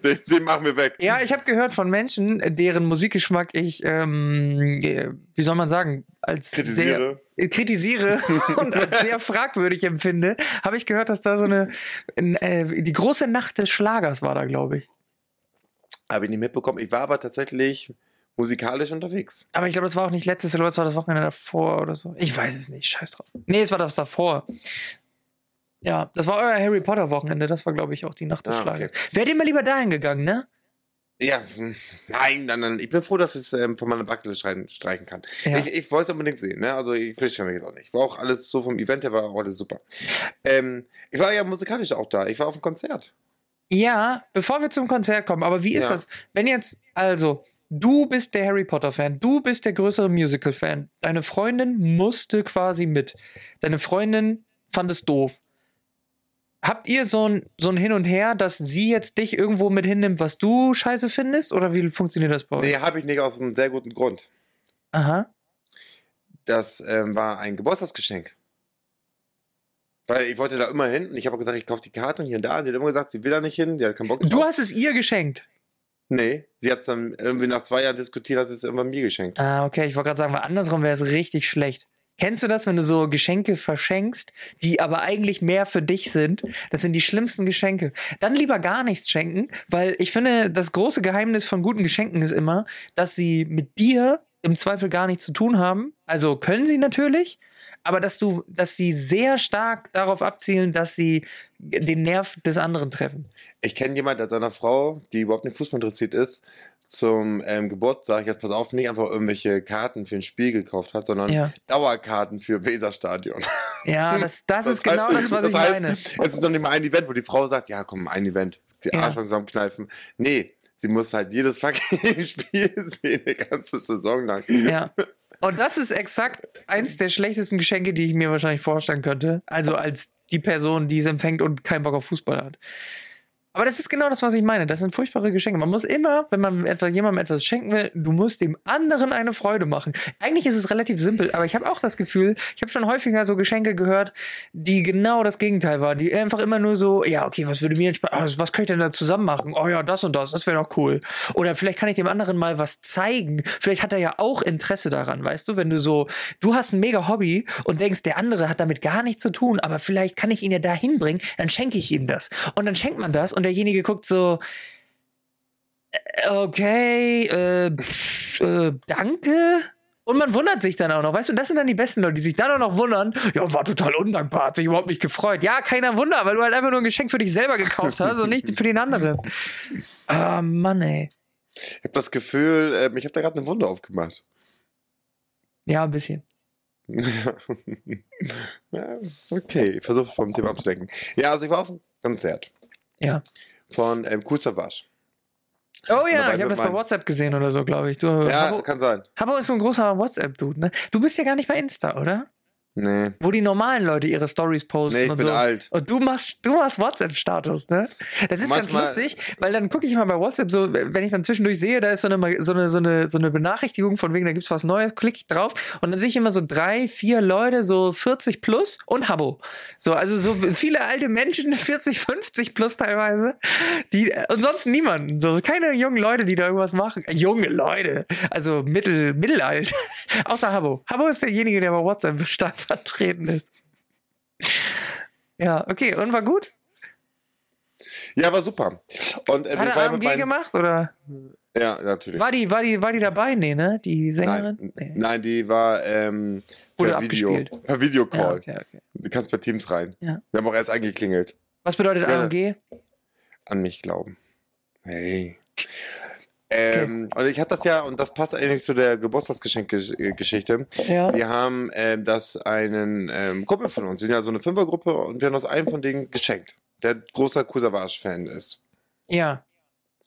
den, den machen wir weg.
Ja, ich habe gehört von Menschen, deren Musikgeschmack ich, ähm, äh, wie soll man sagen, als sehr,
Kritisiere.
äh, kritisiere und als sehr fragwürdig empfinde, habe ich gehört, dass da so eine, n- äh, die große Nacht des Schlagers war da, glaube ich.
Habe ich nicht mitbekommen. Ich war aber tatsächlich musikalisch unterwegs.
Aber ich glaube, das war auch nicht letztes oder es war das Wochenende davor oder so. Ich weiß es nicht, scheiß drauf. Nee, es war das davor. Ja, das war euer Harry Potter Wochenende, das war, glaube ich, auch die Nacht des
Ah,
Schlagers. Wärt ihr mal lieber dahin gegangen, ne?
Ja, hm. nein, nein, nein. Ich bin froh, dass ich es ähm, von meiner Backlist strein- streichen kann.
Ja.
Ich, ich wollte es unbedingt sehen, ne? Also ich kriege mich jetzt auch nicht. War auch alles so vom Event her, war auch alles super. Ähm, ich war ja musikalisch auch da. Ich war auf dem Konzert.
Ja, bevor wir zum Konzert kommen, aber wie ist
Ja.
das? Wenn jetzt, also, du bist der Harry Potter-Fan, du bist der größere Musical-Fan, deine Freundin musste quasi mit. Deine Freundin fand es doof. Habt ihr so ein, so ein Hin und Her, dass sie jetzt dich irgendwo mit hinnimmt, was du scheiße findest? Oder wie funktioniert das bei euch?
Nee, habe ich nicht aus einem sehr guten Grund.
Aha.
Das ähm, war ein Geburtstagsgeschenk. Weil ich wollte da immer hin und ich habe auch gesagt, ich kaufe die Karte und hier und da. Und sie hat immer gesagt, sie will da nicht hin, die hat keinen Bock
Du
drauf.
hast es ihr geschenkt.
Nee, sie hat es dann irgendwie nach zwei Jahren diskutiert, hat sie es irgendwann mir geschenkt.
Ah, okay, ich wollte gerade sagen, weil andersrum wäre es richtig schlecht. Kennst du das, wenn du so Geschenke verschenkst, die aber eigentlich mehr für dich sind? Das sind die schlimmsten Geschenke. Dann lieber gar nichts schenken, weil ich finde, das große Geheimnis von guten Geschenken ist immer, dass sie mit dir im Zweifel gar nichts zu tun haben. Also können sie natürlich, aber dass du, dass sie sehr stark darauf abzielen, dass sie den Nerv des anderen treffen.
Ich kenne jemanden, der seiner Frau, die überhaupt nicht Fußball interessiert ist, zum ähm, Geburtstag, jetzt pass auf, nicht einfach irgendwelche Karten für ein Spiel gekauft hat, sondern
Ja.
Dauerkarten für Weserstadion.
Ja, das, das, ist genau
heißt-
das, was ich
heißt,
meine.
Es ist noch nicht mal ein Event, wo die Frau sagt, ja komm, ein Event, die
Ja.
Arschbacken zusammenkneifen. Nee, sie muss halt jedes fucking Spiel sehen, die ganze Saison lang.
Ja. Und das ist exakt eins der schlechtesten Geschenke, die ich mir wahrscheinlich vorstellen könnte. Also als die Person, die es empfängt und keinen Bock auf Fußball hat. Aber das ist genau das, was ich meine. Das sind furchtbare Geschenke. Man muss immer, wenn man etwa, jemandem etwas schenken will, du musst dem anderen eine Freude machen. Eigentlich ist es relativ simpel, aber ich habe auch das Gefühl, ich habe schon häufiger so Geschenke gehört, die genau das Gegenteil waren. Die einfach immer nur so, ja, okay, was würde mir denn Spaß, ah, was könnte ich denn da zusammen machen? Oh ja, das und das, das wäre doch cool. Oder vielleicht kann ich dem anderen mal was zeigen. Vielleicht hat er ja auch Interesse daran, weißt du, wenn du so, du hast ein mega Hobby und denkst, der andere hat damit gar nichts zu tun, aber vielleicht kann ich ihn ja da hinbringen, dann schenke ich ihm das. Und dann schenkt man das und derjenige guckt so, äh, okay, äh, pff, äh, danke. Und man wundert sich dann auch noch, weißt du, und das sind dann die besten Leute, die sich dann auch noch wundern, ja, war total undankbar, hat sich überhaupt nicht gefreut. Ja, keiner Wunder, weil du halt einfach nur ein Geschenk für dich selber gekauft hast und nicht für den anderen. Ah, Mann, ey.
Ich habe das Gefühl, ähm, ich habe da gerade eine Wunde aufgemacht.
Ja, ein bisschen.
ja, okay, ich versuche vom Thema abzulenken. Ja, also ich war auf einem Konzert
Ja.
von ähm, Kool Savas.
Oh
dabei
ja, ich
wird
habe das bei
man-
WhatsApp gesehen oder so, glaube ich. Du,
Ja,
Habo,
kann sein.
Habo ist so ein großer WhatsApp-Dude, ne? Du bist ja gar nicht bei Insta, oder?
Nee,
Wo die normalen Leute ihre Stories posten
nee ich
und
bin
so.
alt.
Und du machst, du machst WhatsApp-Status, ne? Das ist
Manchmal-
ganz lustig, weil dann gucke ich mal bei WhatsApp so, wenn ich dann zwischendurch sehe, da ist so eine, so eine, so eine, so eine Benachrichtigung von wegen, da gibt's was Neues, klicke ich drauf und dann sehe ich immer so drei, vier Leute, so 40 plus und Habo. So, also so viele alte Menschen, 40, 50 plus teilweise, die, und sonst niemanden. So, keine jungen Leute, die da irgendwas machen. Äh, Junge Leute, also mittel, mittelalt. Außer Habo. Habo ist derjenige, der bei WhatsApp stark vertreten ist. Ja, okay, und war gut?
Ja, war super. Und ähm,
Hat
ich
er
war mit
AMG
meinen-
gemacht oder
Ja, natürlich.
war die, war die, war die dabei? Nee, ne? Die Sängerin?
Nein,
Nee.
nein, die war ähm,
Wurde
per Video,
abgespielt.
per
Ja,
Videocall.
okay, okay.
Du kannst per Teams rein.
Ja.
Wir haben auch erst eingeklingelt.
Was bedeutet
Ja.
AMG?
An mich glauben. Hey. Ähm, Und ich hatte das ja, und das passt eigentlich zu der äh, Geburtstagsgeschenkgeschichte.
Ja.
Wir haben ähm, das einen ähm, Kumpel von uns, wir sind ja so eine Fünfergruppe und wir haben das einen von denen geschenkt, der großer Kusavage-Fan ist.
ja.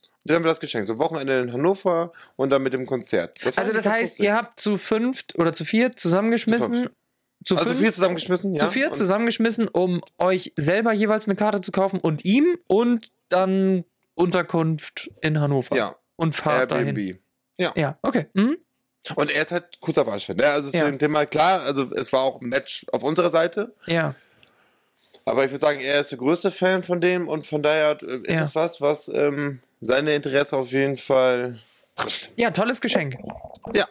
Und dann haben wir das geschenkt, so am Wochenende in Hannover und dann mit dem Konzert. war
Also
eigentlich
das
ganz
heißt,
lustig.
ihr habt zu fünft oder zu viert zusammengeschmissen. Zu,
Also
fünf,
viel zusammengeschmissen, ja.
zu viert
Und-
zusammengeschmissen, um euch selber jeweils eine Karte zu kaufen und ihm und dann Unterkunft in Hannover.
Ja,
Und Fahrt dahin.
Airbnb.
Ja, okay. Hm?
Und er ist halt kurzer Waschfan. Ne? Also
Ja.
zu dem Thema, klar, also es war auch ein Match auf unserer Seite.
Ja.
Aber ich würde sagen, er ist der größte Fan von dem und von daher äh, ist
Ja.
es was, was ähm, seine Interesse auf jeden Fall.
Ja, tolles Geschenk.
Ja.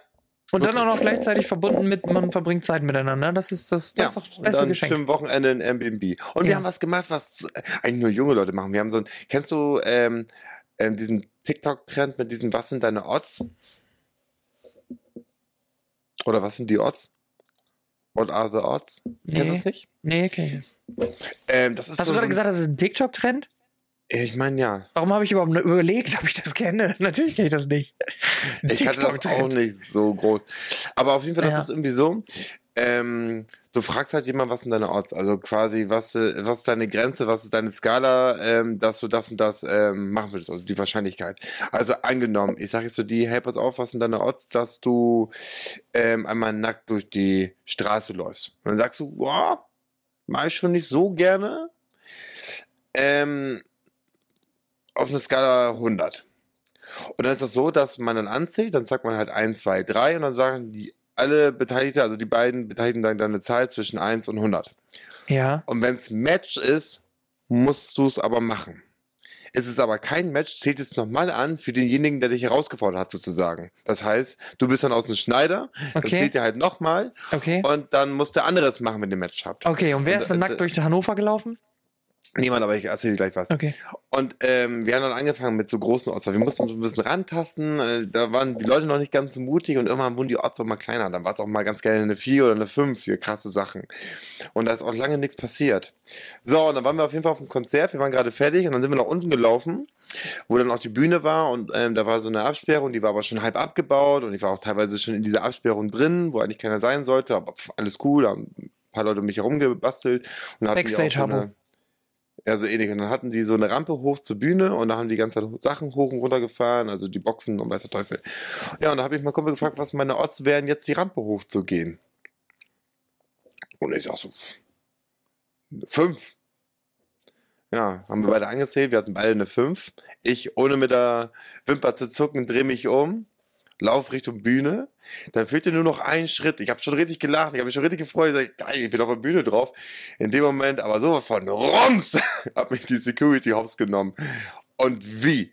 Und dann
Wirklich.
auch noch gleichzeitig verbunden mit, man verbringt Zeit miteinander. Das ist das, das, ist doch das
und
beste
dann
Geschenk.
schönen Wochenende in Airbnb. Und wir
Ja.
haben was gemacht, was eigentlich nur junge Leute machen. Wir haben so ein, kennst du ähm, ähm, diesen TikTok-Trend mit diesen Was sind deine Odds? Oder was sind die Odds? What are the odds? Kennst du
Nee,
es nicht?
nee, okay.
Ähm, das ist
Hast
so
du gerade
ein-
gesagt, das ist ein TikTok-Trend?
Ich meine ja.
Warum habe ich überhaupt überlegt, ob ich das kenne? Natürlich kenne ich das nicht. Ein
Ich hatte das auch
TikTok-Trend.
nicht so groß. Aber auf jeden Fall, das
Ja.
ist irgendwie so. Ähm, du fragst halt jemand, was sind deine Orts? Also quasi, was, äh, was ist deine Grenze, was ist deine Skala, ähm, dass du das und das ähm, machen würdest, also die Wahrscheinlichkeit. Also angenommen, ich sage jetzt so die, hey, pass auf, was sind deine Orts, dass du ähm, einmal nackt durch die Straße läufst. Und dann sagst du, wow, mach ich schon nicht so gerne. Ähm, auf eine Skala 100. Und dann ist das so, dass man dann anzählt, dann sagt man halt 1, 2, 3 und dann sagen die alle Beteiligte, also die beiden Beteiligten sagen dann eine Zahl zwischen 1 und 100.
Ja,
Und wenn es Match ist, musst du es aber machen. Es ist aber kein Match, zählt es nochmal an für denjenigen, der dich herausgefordert hat, sozusagen. Das heißt, du bist dann aus dem Schneider, dann
Okay.
zählt ihr halt nochmal
Okay.
und dann muss der andere es machen, wenn ihr ein Match habt.
Okay, und wer ist
Und,
denn
äh,
nackt durch Hannover gelaufen?
Niemand, aber ich erzähle gleich was.
Okay.
Und ähm, wir haben dann angefangen mit so großen Orts. Wir mussten uns ein bisschen rantasten. Äh, da waren die Leute noch nicht ganz so mutig und irgendwann wurden die Orts auch mal kleiner. Dann war es auch mal ganz gerne eine 4 oder eine 5 für krasse Sachen. Und da ist auch lange nichts passiert. So, und dann waren wir auf jeden Fall auf dem Konzert. Wir waren gerade fertig und dann sind wir nach unten gelaufen, wo dann auch die Bühne war. Und ähm, da war so eine Absperrung, die war aber schon halb abgebaut. Und ich war auch teilweise schon in dieser Absperrung drin, wo eigentlich keiner sein sollte. Aber pff, alles cool. Da haben ein paar Leute um mich herum gebastelt. Und dann hatten die auch so
Backstage-Habo.
eine- ja, so ähnlich. Und dann hatten die so eine Rampe hoch zur Bühne und da haben die ganze Zeit Sachen hoch und runter gefahren, also die Boxen und weiß der Teufel. Ja, und da habe ich mal Kumpel gefragt, was meine Odds wären, jetzt die Rampe hochzugehen. Und ich auch so, fünf. Ja, haben wir beide angezählt, wir hatten beide eine fünf. Ich, ohne mit der Wimper zu zucken, drehe mich um, lauf Richtung Bühne. Dann fehlte nur noch ein Schritt. Ich habe schon richtig gelacht, ich habe mich schon richtig gefreut. Ich sag, geil, ich bin auf der Bühne drauf. In dem Moment aber so von Rums hat mich die Security hops genommen. Und wie?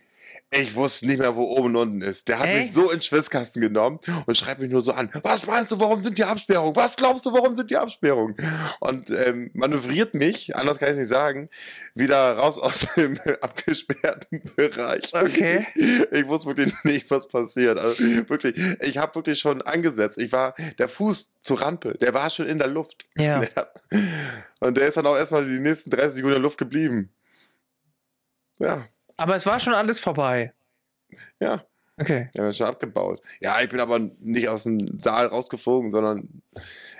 Ich wusste nicht mehr, wo oben und unten ist. Der hat mich
Echt?
so in den Schwitzkasten genommen und schreibt mich nur so an. Was meinst du, warum sind die Absperrungen? Was glaubst du, warum sind die Absperrungen? Und ähm, manövriert mich, anders kann ich es nicht sagen, wieder raus aus dem abgesperrten Bereich.
Okay.
Ich wusste wirklich nicht, was passiert. Also wirklich, ich habe wirklich schon angesetzt. Ich war der Fuß zur Rampe, der war schon in der Luft.
Ja.
Und der ist dann auch erstmal die nächsten 30 Sekunden in der Luft geblieben. Ja,
Aber es war schon alles vorbei.
ja,
Okay.
der hat schon abgebaut. Ja, ich bin aber nicht aus dem Saal rausgeflogen, sondern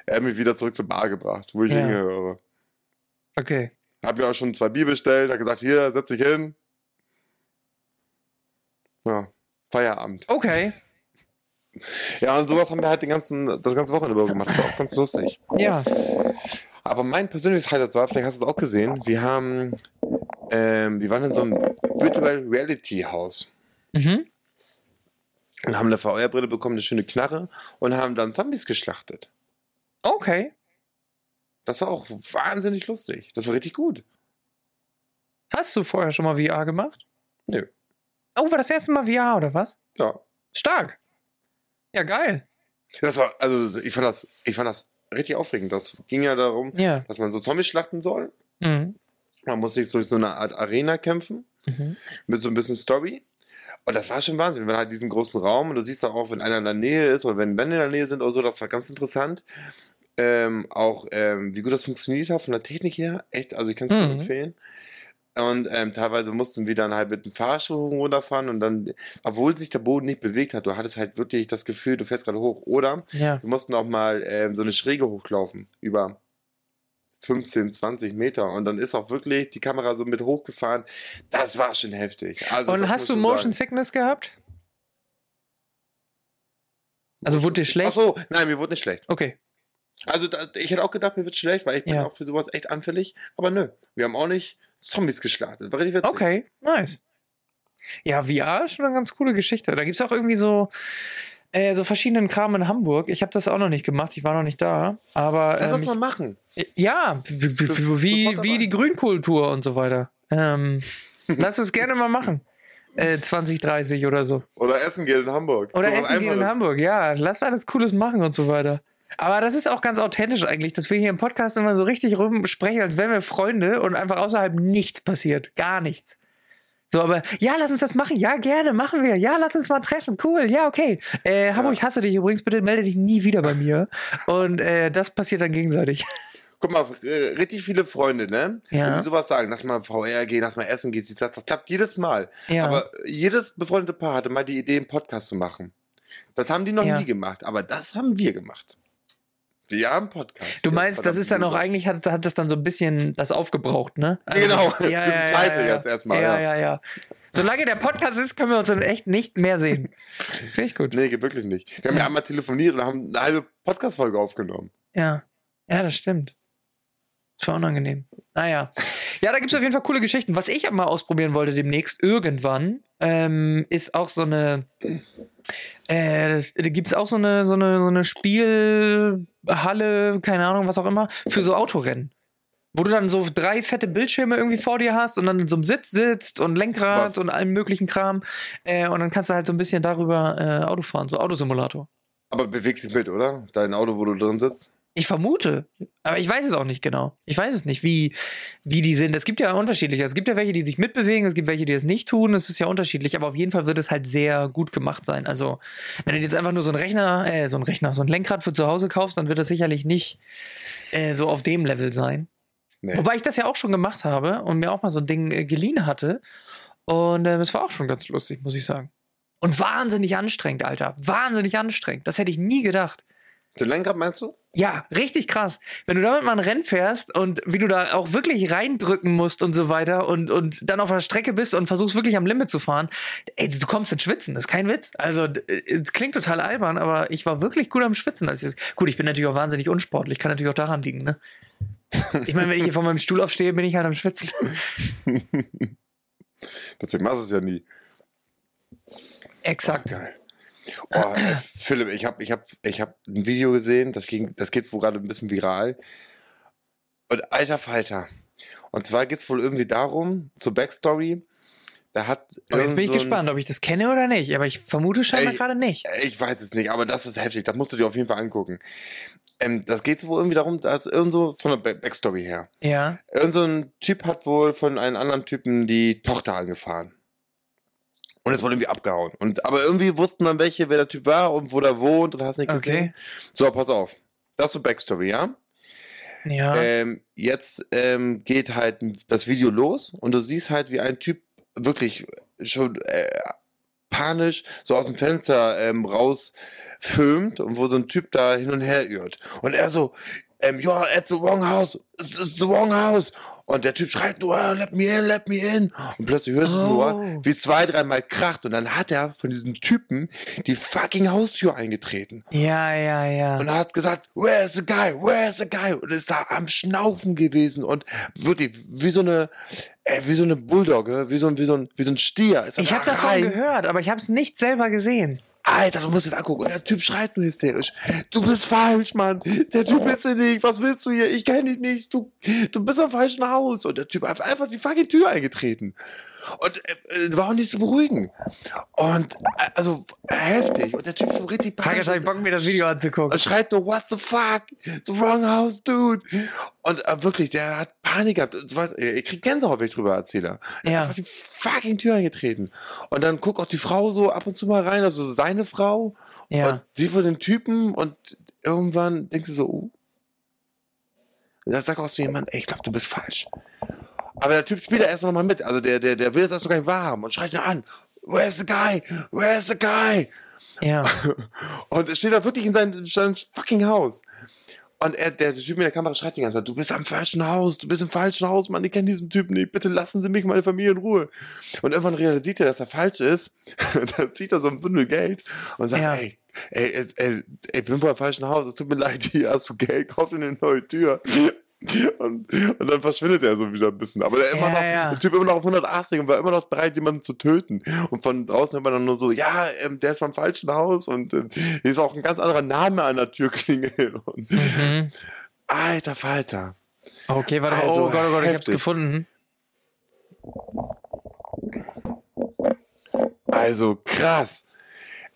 er hat mich wieder zurück zur Bar gebracht, wo ich
Ja.
hingehöre.
Okay.
Hab mir auch schon zwei Bier bestellt, hat gesagt, hier, setz dich hin. Ja, Feierabend.
Okay.
Ja, und sowas haben wir halt den ganzen, das ganze Wochenende über gemacht. Das war auch ganz lustig.
Ja.
Aber mein persönliches Highlight war, vielleicht hast du es auch gesehen, wir haben, ähm, wir waren in so einem Virtual Reality Haus
Mhm.
und haben eine VR-Brille bekommen, eine schöne Knarre und haben dann Zombies geschlachtet.
Okay.
Das war auch wahnsinnig lustig. Das war richtig gut.
Hast du vorher schon mal VR gemacht?
Nö.
Oh, war das erste Mal VR oder was?
Ja.
Stark. Ja, geil.
Das war, also ich fand das, ich fand das richtig aufregend. Das ging ja darum,
Ja.
dass man so Zombies schlachten soll.
Mhm.
Man muss sich durch so eine Art Arena kämpfen.
Mhm.
mit so ein bisschen Story. Und das war schon Wahnsinn. Wir waren halt diesen großen Raum und du siehst auch, wenn einer in der Nähe ist oder wenn Wände in der Nähe sind oder so, das war ganz interessant. Ähm, auch ähm, wie gut das funktioniert hat von der Technik her. Echt, also ich kann es
Mhm.
nur empfehlen. Und ähm, teilweise mussten wir dann halt mit dem Fahrstuhl hoch und runterfahren und dann, obwohl sich der Boden nicht bewegt hat, du hattest halt wirklich das Gefühl, du fährst gerade hoch. Oder
Ja.
wir mussten auch mal ähm, so eine Schräge hochlaufen über 15, 20 Meter und dann ist auch wirklich die Kamera so mit hochgefahren. Das war schon heftig. Also,
Und
das
hast
muss
du
schon
Motion
sagen.
Sickness gehabt? Also wurde dir
Ach
schlecht?
so, nein, mir wurde nicht schlecht.
Okay.
Also da, ich hätte auch gedacht, mir wird schlecht, weil ich bin
Ja.
auch für sowas echt anfällig. Aber nö, wir haben auch nicht Zombies geschlachtet. War richtig witzig.
Okay, nice. Ja, VR ist schon eine ganz coole Geschichte. Da gibt es auch irgendwie so, äh, so verschiedenen Kram in Hamburg. Ich habe das auch noch nicht gemacht, ich war noch nicht da. Aber
Lass das
ähm,
mal machen.
ich, ja, w- w-
Das-
w- wie,
sofort
wie
dabei.
die Grünkultur und so weiter. Ähm, lass es gerne mal machen. Äh, 2030 oder so.
Oder Essen geht in Hamburg.
Oder
Sowas
Essen gehen in
Einfaches.
Hamburg, ja. Lass alles Cooles machen und so weiter. Aber das ist auch ganz authentisch eigentlich, dass wir hier im Podcast immer so richtig rumsprechen, als wären wir Freunde und einfach außerhalb nichts passiert. Gar nichts. So, aber ja, lass uns das machen. Ja, gerne, machen wir. Ja, lass uns mal treffen. Cool, ja, okay. Äh, Hamburg, ich hasse dich übrigens. Bitte melde dich nie wieder bei mir. Und äh, das passiert dann gegenseitig.
Guck mal, äh, richtig viele Freunde, ne?
Ja.
Wenn die sowas sagen, lass mal VR gehen, lass mal essen gehen, sie sagt, das klappt jedes Mal.
Ja.
Aber jedes befreundete Paar hatte mal die Idee, einen Podcast zu machen. Das haben die noch
Ja.
nie gemacht, aber das haben wir gemacht. Wir haben einen Podcast.
Du
Ja,
meinst, das
verdammt,
ist dann auch
Lisa.
eigentlich, hat, hat das dann so ein bisschen das aufgebraucht, ne?
Genau, wir
Ja, ja,
sind
ja,
pleite
ja, ja.
jetzt erstmal,
Ja, ja,
ja.
ja. Solange der Podcast ist, können wir uns dann echt nicht mehr sehen. Finde ich gut.
Nee, geht wirklich nicht. Wir haben ja einmal telefoniert und haben eine halbe Podcast-Folge aufgenommen.
Ja. Ja, das stimmt. Das war unangenehm. Naja. Ja, da gibt es auf jeden Fall coole Geschichten. Was ich mal ausprobieren wollte demnächst, irgendwann, ähm, ist auch so eine. Äh, das, da gibt es auch so eine, so eine, so eine Spielhalle, keine Ahnung, was auch immer, für so Autorennen. Wo du dann so drei fette Bildschirme irgendwie vor dir hast und dann in so einem Sitz sitzt und Lenkrad und allem möglichen Kram. Äh, und dann kannst du halt so ein bisschen darüber äh, Auto fahren, so Autosimulator.
Aber bewegt sich mit, oder? Dein Auto, wo du drin sitzt?
Ich vermute, aber ich weiß es auch nicht genau. Ich weiß es nicht, wie, wie die sind. Es gibt ja unterschiedliche. Es gibt ja welche, die sich mitbewegen, es gibt welche, die es nicht tun. Es ist ja unterschiedlich, aber auf jeden Fall wird es halt sehr gut gemacht sein. Also, wenn du jetzt einfach nur so einen Rechner, äh, so einen Rechner, so ein Lenkrad für zu Hause kaufst, dann wird das sicherlich nicht äh, so auf dem Level sein.
Nee.
Wobei ich das ja auch schon gemacht habe und mir auch mal so ein Ding äh, geliehen hatte. Und ähm, es war auch schon ganz lustig, muss ich sagen. Und wahnsinnig anstrengend, Alter. Wahnsinnig anstrengend. Das hätte ich nie gedacht.
Den Lenkrad meinst du?
Ja, richtig krass. Wenn du damit mal ein Rennen fährst und wie du da auch wirklich reindrücken musst und so weiter und, und dann auf der Strecke bist und versuchst wirklich am Limit zu fahren, ey, du kommst ins Schwitzen, das ist kein Witz. Also, d- es klingt total albern, aber ich war wirklich gut am Schwitzen. Als ich das gut, ich bin natürlich auch wahnsinnig unsportlich, kann natürlich auch daran liegen, ne? Ich meine, wenn ich hier von meinem Stuhl aufstehe, bin ich halt am Schwitzen.
Deswegen machst du es ja nie.
Exakt.
Oh, äh, Philipp, ich habe ich hab, ich hab ein Video gesehen, das, ging, das geht wohl gerade ein bisschen viral. Und alter Falter. Und zwar geht es wohl irgendwie darum, zur Backstory, da hat.
Und jetzt
irgend
bin ich
so ein-
gespannt, ob ich das kenne oder nicht, aber ich vermute scheinbar
Ey,
gerade nicht.
Äh, Ich weiß es nicht, aber das ist heftig. Das musst du dir auf jeden Fall angucken. Ähm, das geht wohl irgendwie darum, dass irgend so von der Back- Backstory her.
Ja,
Irgend so ein Typ hat wohl von einem anderen Typen die Tochter angefahren. Und ist wohl irgendwie abgehauen. Und, aber irgendwie wussten dann welche, wer der Typ war und wo der wohnt und hast nicht gesehen.
okay.
So, pass auf. Das ist so Backstory, ja?
Ja.
Ähm, jetzt ähm, geht halt das Video los und du siehst halt, wie ein Typ wirklich schon äh, panisch so aus dem Fenster ähm, raus filmt und wo so ein Typ da hin und her irrt. Und er so, ähm, you're at the wrong house, it's, it's the wrong house. Und der Typ schreit, nur, "Ah, let me in, let me in. Und plötzlich hörst du
Oh.
nur, wie es zwei, dreimal kracht. Und dann hat er von diesem Typen die fucking Haustür eingetreten.
ja, ja, ja.
Und er hat gesagt, where's the guy, where's the guy? Und ist da am Schnaufen gewesen und wirklich wie so eine, äh, wie so eine Bulldogge, wie so ein, wie so ein, wie so ein Stier. Ist er
Ich
da
habe davon
rein.
gehört, aber ich habe es nicht selber gesehen.
Alter, du musst es angucken. Und der Typ schreit nur hysterisch. Du bist falsch, Mann. Der Typ bist du nicht. Was willst du hier? Ich kenne dich nicht. Du, du bist am falschen Haus. Und der Typ hat einfach die fucking Tür eingetreten. Und äh, äh, war auch nicht zu beruhigen. Und äh, also heftig. Und der Typ so richtig
Fuck,
panisch.
jetzt hab ich Bock, mir das Video
Und
anzugucken.
schreit nur, what the fuck? The wrong house, dude. Und äh, wirklich, der hat Panik gehabt. Du weißt, äh, ich krieg Gänsehaut, wenn ich drüber erzähle. Er
Ja.
hat Einfach die fucking Tür eingetreten. Und dann guckt auch die Frau so ab und zu mal rein, also seine Frau. Und
Ja.
die von den Typen. Und irgendwann denkst du so, oh. Und dann sagt auch so jemand, ey, ich glaube, du bist falsch. Aber der Typ spielt da erst noch mal mit. Also der, der, der will das erst noch gar nicht wahrhaben und schreit ihn an. Where's the guy? Where's the guy?
Ja.
Und er steht da wirklich in seinem, in seinem fucking Haus. Und er, der Typ mit der Kamera schreit die ganze Zeit, du bist am falschen Haus, du bist im falschen Haus, Mann, ich kenne diesen Typen nicht, bitte lassen Sie mich, meine Familie in Ruhe. Und irgendwann realisiert er, dass er falsch ist, Und dann zieht er so ein Bündel Geld und sagt,
Ja.
ey, ey, ey, ey, ey, ich bin vor dem falschen Haus, es tut mir leid, hier hast du Geld, kauf dir eine neue Tür. Und, und dann verschwindet er so wieder ein bisschen. Aber der immer
Ja,
noch,
ja.
der Typ immer noch auf 180 und war immer noch bereit, jemanden zu töten. Und von draußen hört man dann nur so, ja, ähm, der ist beim falschen Haus und ähm, hier ist auch ein ganz anderer Name an der Türklingel. Und,
Mhm.
alter Falter.
Okay, warte mal.
Also,
Oh Gott, oh Gott, ich hab's
heftig.
gefunden.
Also krass.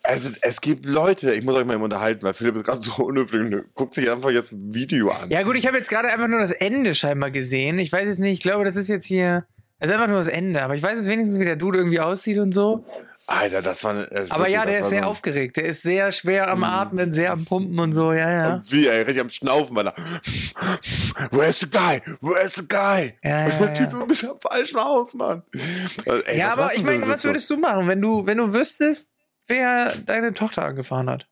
Also es gibt Leute, ich muss euch mal eben unterhalten, weil Philipp ist gerade so unhöflich und guckt sich einfach jetzt ein Video an.
Ja, gut, ich habe jetzt gerade einfach nur das Ende scheinbar gesehen. Ich weiß es nicht. Ich glaube, das ist jetzt hier. Also einfach nur das Ende. Aber ich weiß es wenigstens, wie der Dude irgendwie aussieht und so.
Alter, das war... eine- Das
Aber
wirklich,
ja,
das
der
war
ist
so
sehr
ein- Mm.
aufgeregt. Der ist sehr schwer am Atmen, sehr am Pumpen und so. Ja, ja.
Und wie, ey, richtig am Schnaufen, Alter. Where's the guy? Where's the guy?
Ja,
und
ja,
der Typ,
ja.
du bist am falschen Haus, Mann. Also, Ey,
ja,
was
aber
machst du
ich
in
meine,
so einer
was
Situation?
würdest du machen, wenn du, wenn du wüsstest, wer deine Tochter angefahren hat?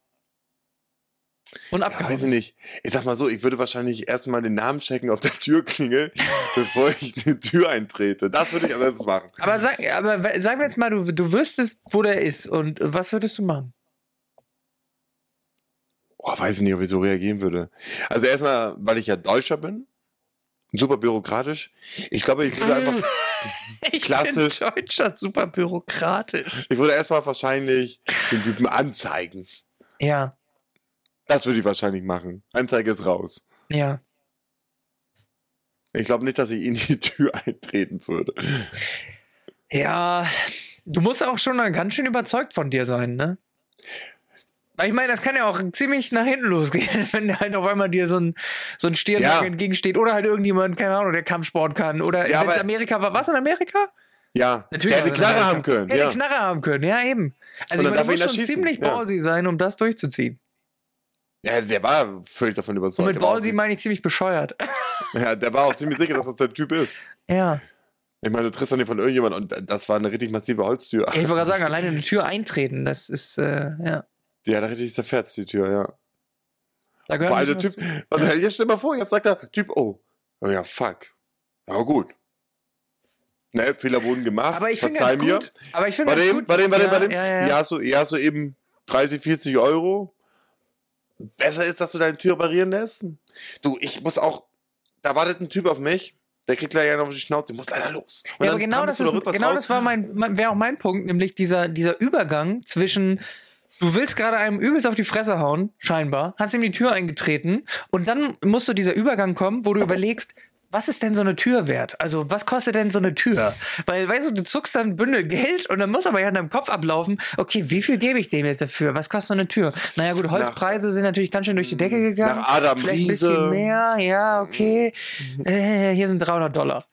Und
Ja,
abgehauen.
weiß ich nicht. Ich sag mal so, ich würde wahrscheinlich erstmal den Namen checken auf der Türklingel, bevor ich die Tür eintrete. Das würde ich als erstes machen.
Aber sag, aber we- sag mir jetzt mal, du, du wüsstest, wo der ist und äh, was würdest du machen?
Boah, weiß ich nicht, ob ich so reagieren würde. Also erstmal, weil ich ja Deutscher bin. Super bürokratisch. Ich glaube, ich würde einfach,
Ich
Klassisch.
bin Deutscher, super bürokratisch.
ich würde erstmal wahrscheinlich den Typen anzeigen.
Ja,
Das würde ich wahrscheinlich machen. Anzeige ist raus.
ja.
Ich glaube nicht, dass ich in die Tür eintreten würde.
Ja, du musst auch schon dann ganz schön überzeugt von dir sein, ne? Weil ich meine, das kann ja auch ziemlich nach hinten losgehen, wenn halt auf einmal dir so ein, so ein Stirnlack
Ja.
entgegensteht oder halt irgendjemand, keine Ahnung, der Kampfsport kann. Oder
Ja,
ja,
aber-
Amerika war, was in Amerika?
Ja,
Natürlich.
der hätte
war es in
Knarre
Amerika.
haben können.
Hätte
Ja.
Knarre haben können, ja eben.
Und dann
Also ich
darf
meine, du
er ihn
musst
da
schon
schießen,
ziemlich
ja.
ballsy sein, um das durchzuziehen.
ja, der war völlig davon
Und
überzeugt.
mit
Der war auch
ballsy
nicht-
meine ich ziemlich bescheuert.
Ja, der war auch ziemlich sicher, dass das der Typ ist.
ja.
Ich meine, du triffst dann hier von irgendjemand und das war eine richtig massive Holztür.
Ja, Ich wollte gerade sagen, alleine in die Tür eintreten, das ist, äh, ja.
Die hat richtig zerfetzt, die Tür, ja.
Da gehört
Vor allem
nicht
der
was
also Typ. Und
Ja.
jetzt stell mal vor, jetzt sagt der Typ, oh, oh ja, fuck. Ja, gut. Ne, Fehler wurden gemacht.
Aber ich finde
verzeih
ganz
mir.
gut. Aber ich finde
Bei
ganz
dem,
gut.
bei dem, bei dem,
ja,
bei dem.
Ja,
Ja,
ja, ja.
hast du, hier hast du eben 30, 40 Euro. Besser ist, dass du deine Tür reparieren lässt. Du, ich muss auch. Da wartet ein Typ auf mich. Der kriegt gleich einen auf die Schnauze. Ich muss leider los. Und
ja
dann
aber genau
kam
das,
so
ist,
noch rückwärts
genau
raus.
das war mein, mein wäre auch mein Punkt, nämlich dieser, dieser Übergang zwischen, du willst gerade einem übelst auf die Fresse hauen, scheinbar, hast ihm die Tür eingetreten und dann musst du dieser Übergang kommen, wo du überlegst, was ist denn so eine Tür wert? Also, was kostet denn so eine Tür? Weil, weißt du, du zuckst dann ein Bündel Geld und dann muss aber ja in deinem Kopf ablaufen, okay, wie viel gebe ich dem jetzt dafür? Was kostet so eine Tür? Naja, gut, Holzpreise sind natürlich ganz schön durch die Decke gegangen.
Hm. nach Adam
Vielleicht ein
Riese.
bisschen mehr, ja, okay.
Mhm.
Äh, hier sind 300 Dollar.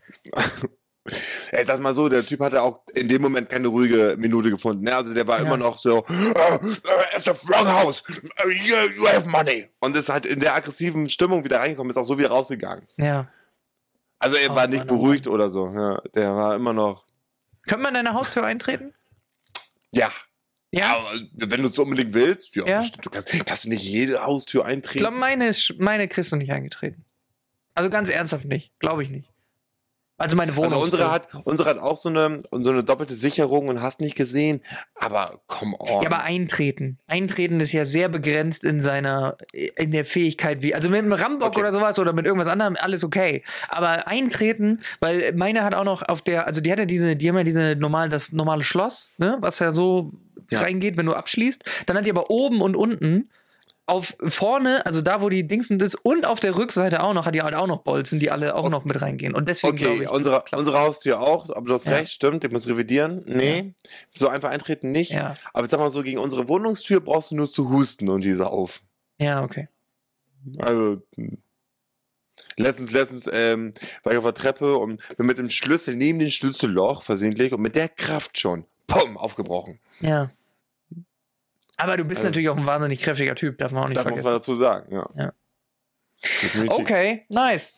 Ey, sag mal so, der Typ hatte auch in dem Moment keine ruhige Minute gefunden. Ne? Also der war
Ja.
immer noch so, "Ah, ah, it's the wrong house, Ah, you, you have money. Und ist halt in der aggressiven Stimmung wieder reingekommen, ist auch so wieder rausgegangen.
Ja.
Also er
Oh
war nicht
Mann, oh
beruhigt oder so. Ja, der war immer noch,
Könnte man deine Haustür eintreten?
ja,
Ja.
aber wenn du es unbedingt willst, ja,
Ja.
bestimmt, du kannst, kannst du nicht jede Haustür
Ich
eintreten.
glaube, meine, ist- meine kriegst du nicht eingetreten. Also ganz ernsthaft nicht. Glaube ich nicht. Also meine Wohnung.
also unsere hat, unsere hat auch so eine, so eine doppelte Sicherung und hast nicht gesehen, aber come on.
Ja, aber eintreten. Eintreten ist ja sehr begrenzt in seiner, in der Fähigkeit wie, also mit einem Rambock
Okay.
oder sowas oder mit irgendwas anderem, alles okay. Aber eintreten, weil meine hat auch noch auf der, also die hat ja diese, die haben ja diese normal, das normale Schloss, ne, was ja so
Ja.
reingeht, wenn du abschließt. Dann hat die aber oben und unten auf vorne, also da, wo die Dingsen ist und auf der Rückseite auch noch, hat die halt auch noch Bolzen, die alle auch noch mit reingehen. Und deswegen glaube
Okay,
ich,
unsere,
das klappt.
unsere Haustür auch, aber du hast
Ja.
recht, stimmt, ich muss revidieren. Nee, so einfach eintreten nicht.
Ja,
Aber sag mal so, gegen unsere Wohnungstür brauchst du nur zu husten und diese auf.
ja, okay.
Also, mh. letztens, letztens ähm, war ich auf der Treppe und bin mit dem Schlüssel neben dem Schlüsselloch versehentlich und mit der Kraft schon, pum, aufgebrochen.
Ja. Aber du bist
Also-
natürlich auch ein wahnsinnig kräftiger Typ, darf man auch nicht
Darf man was
vergessen.
dazu sagen, ja.
Ja.
Definitiv.
Okay, nice.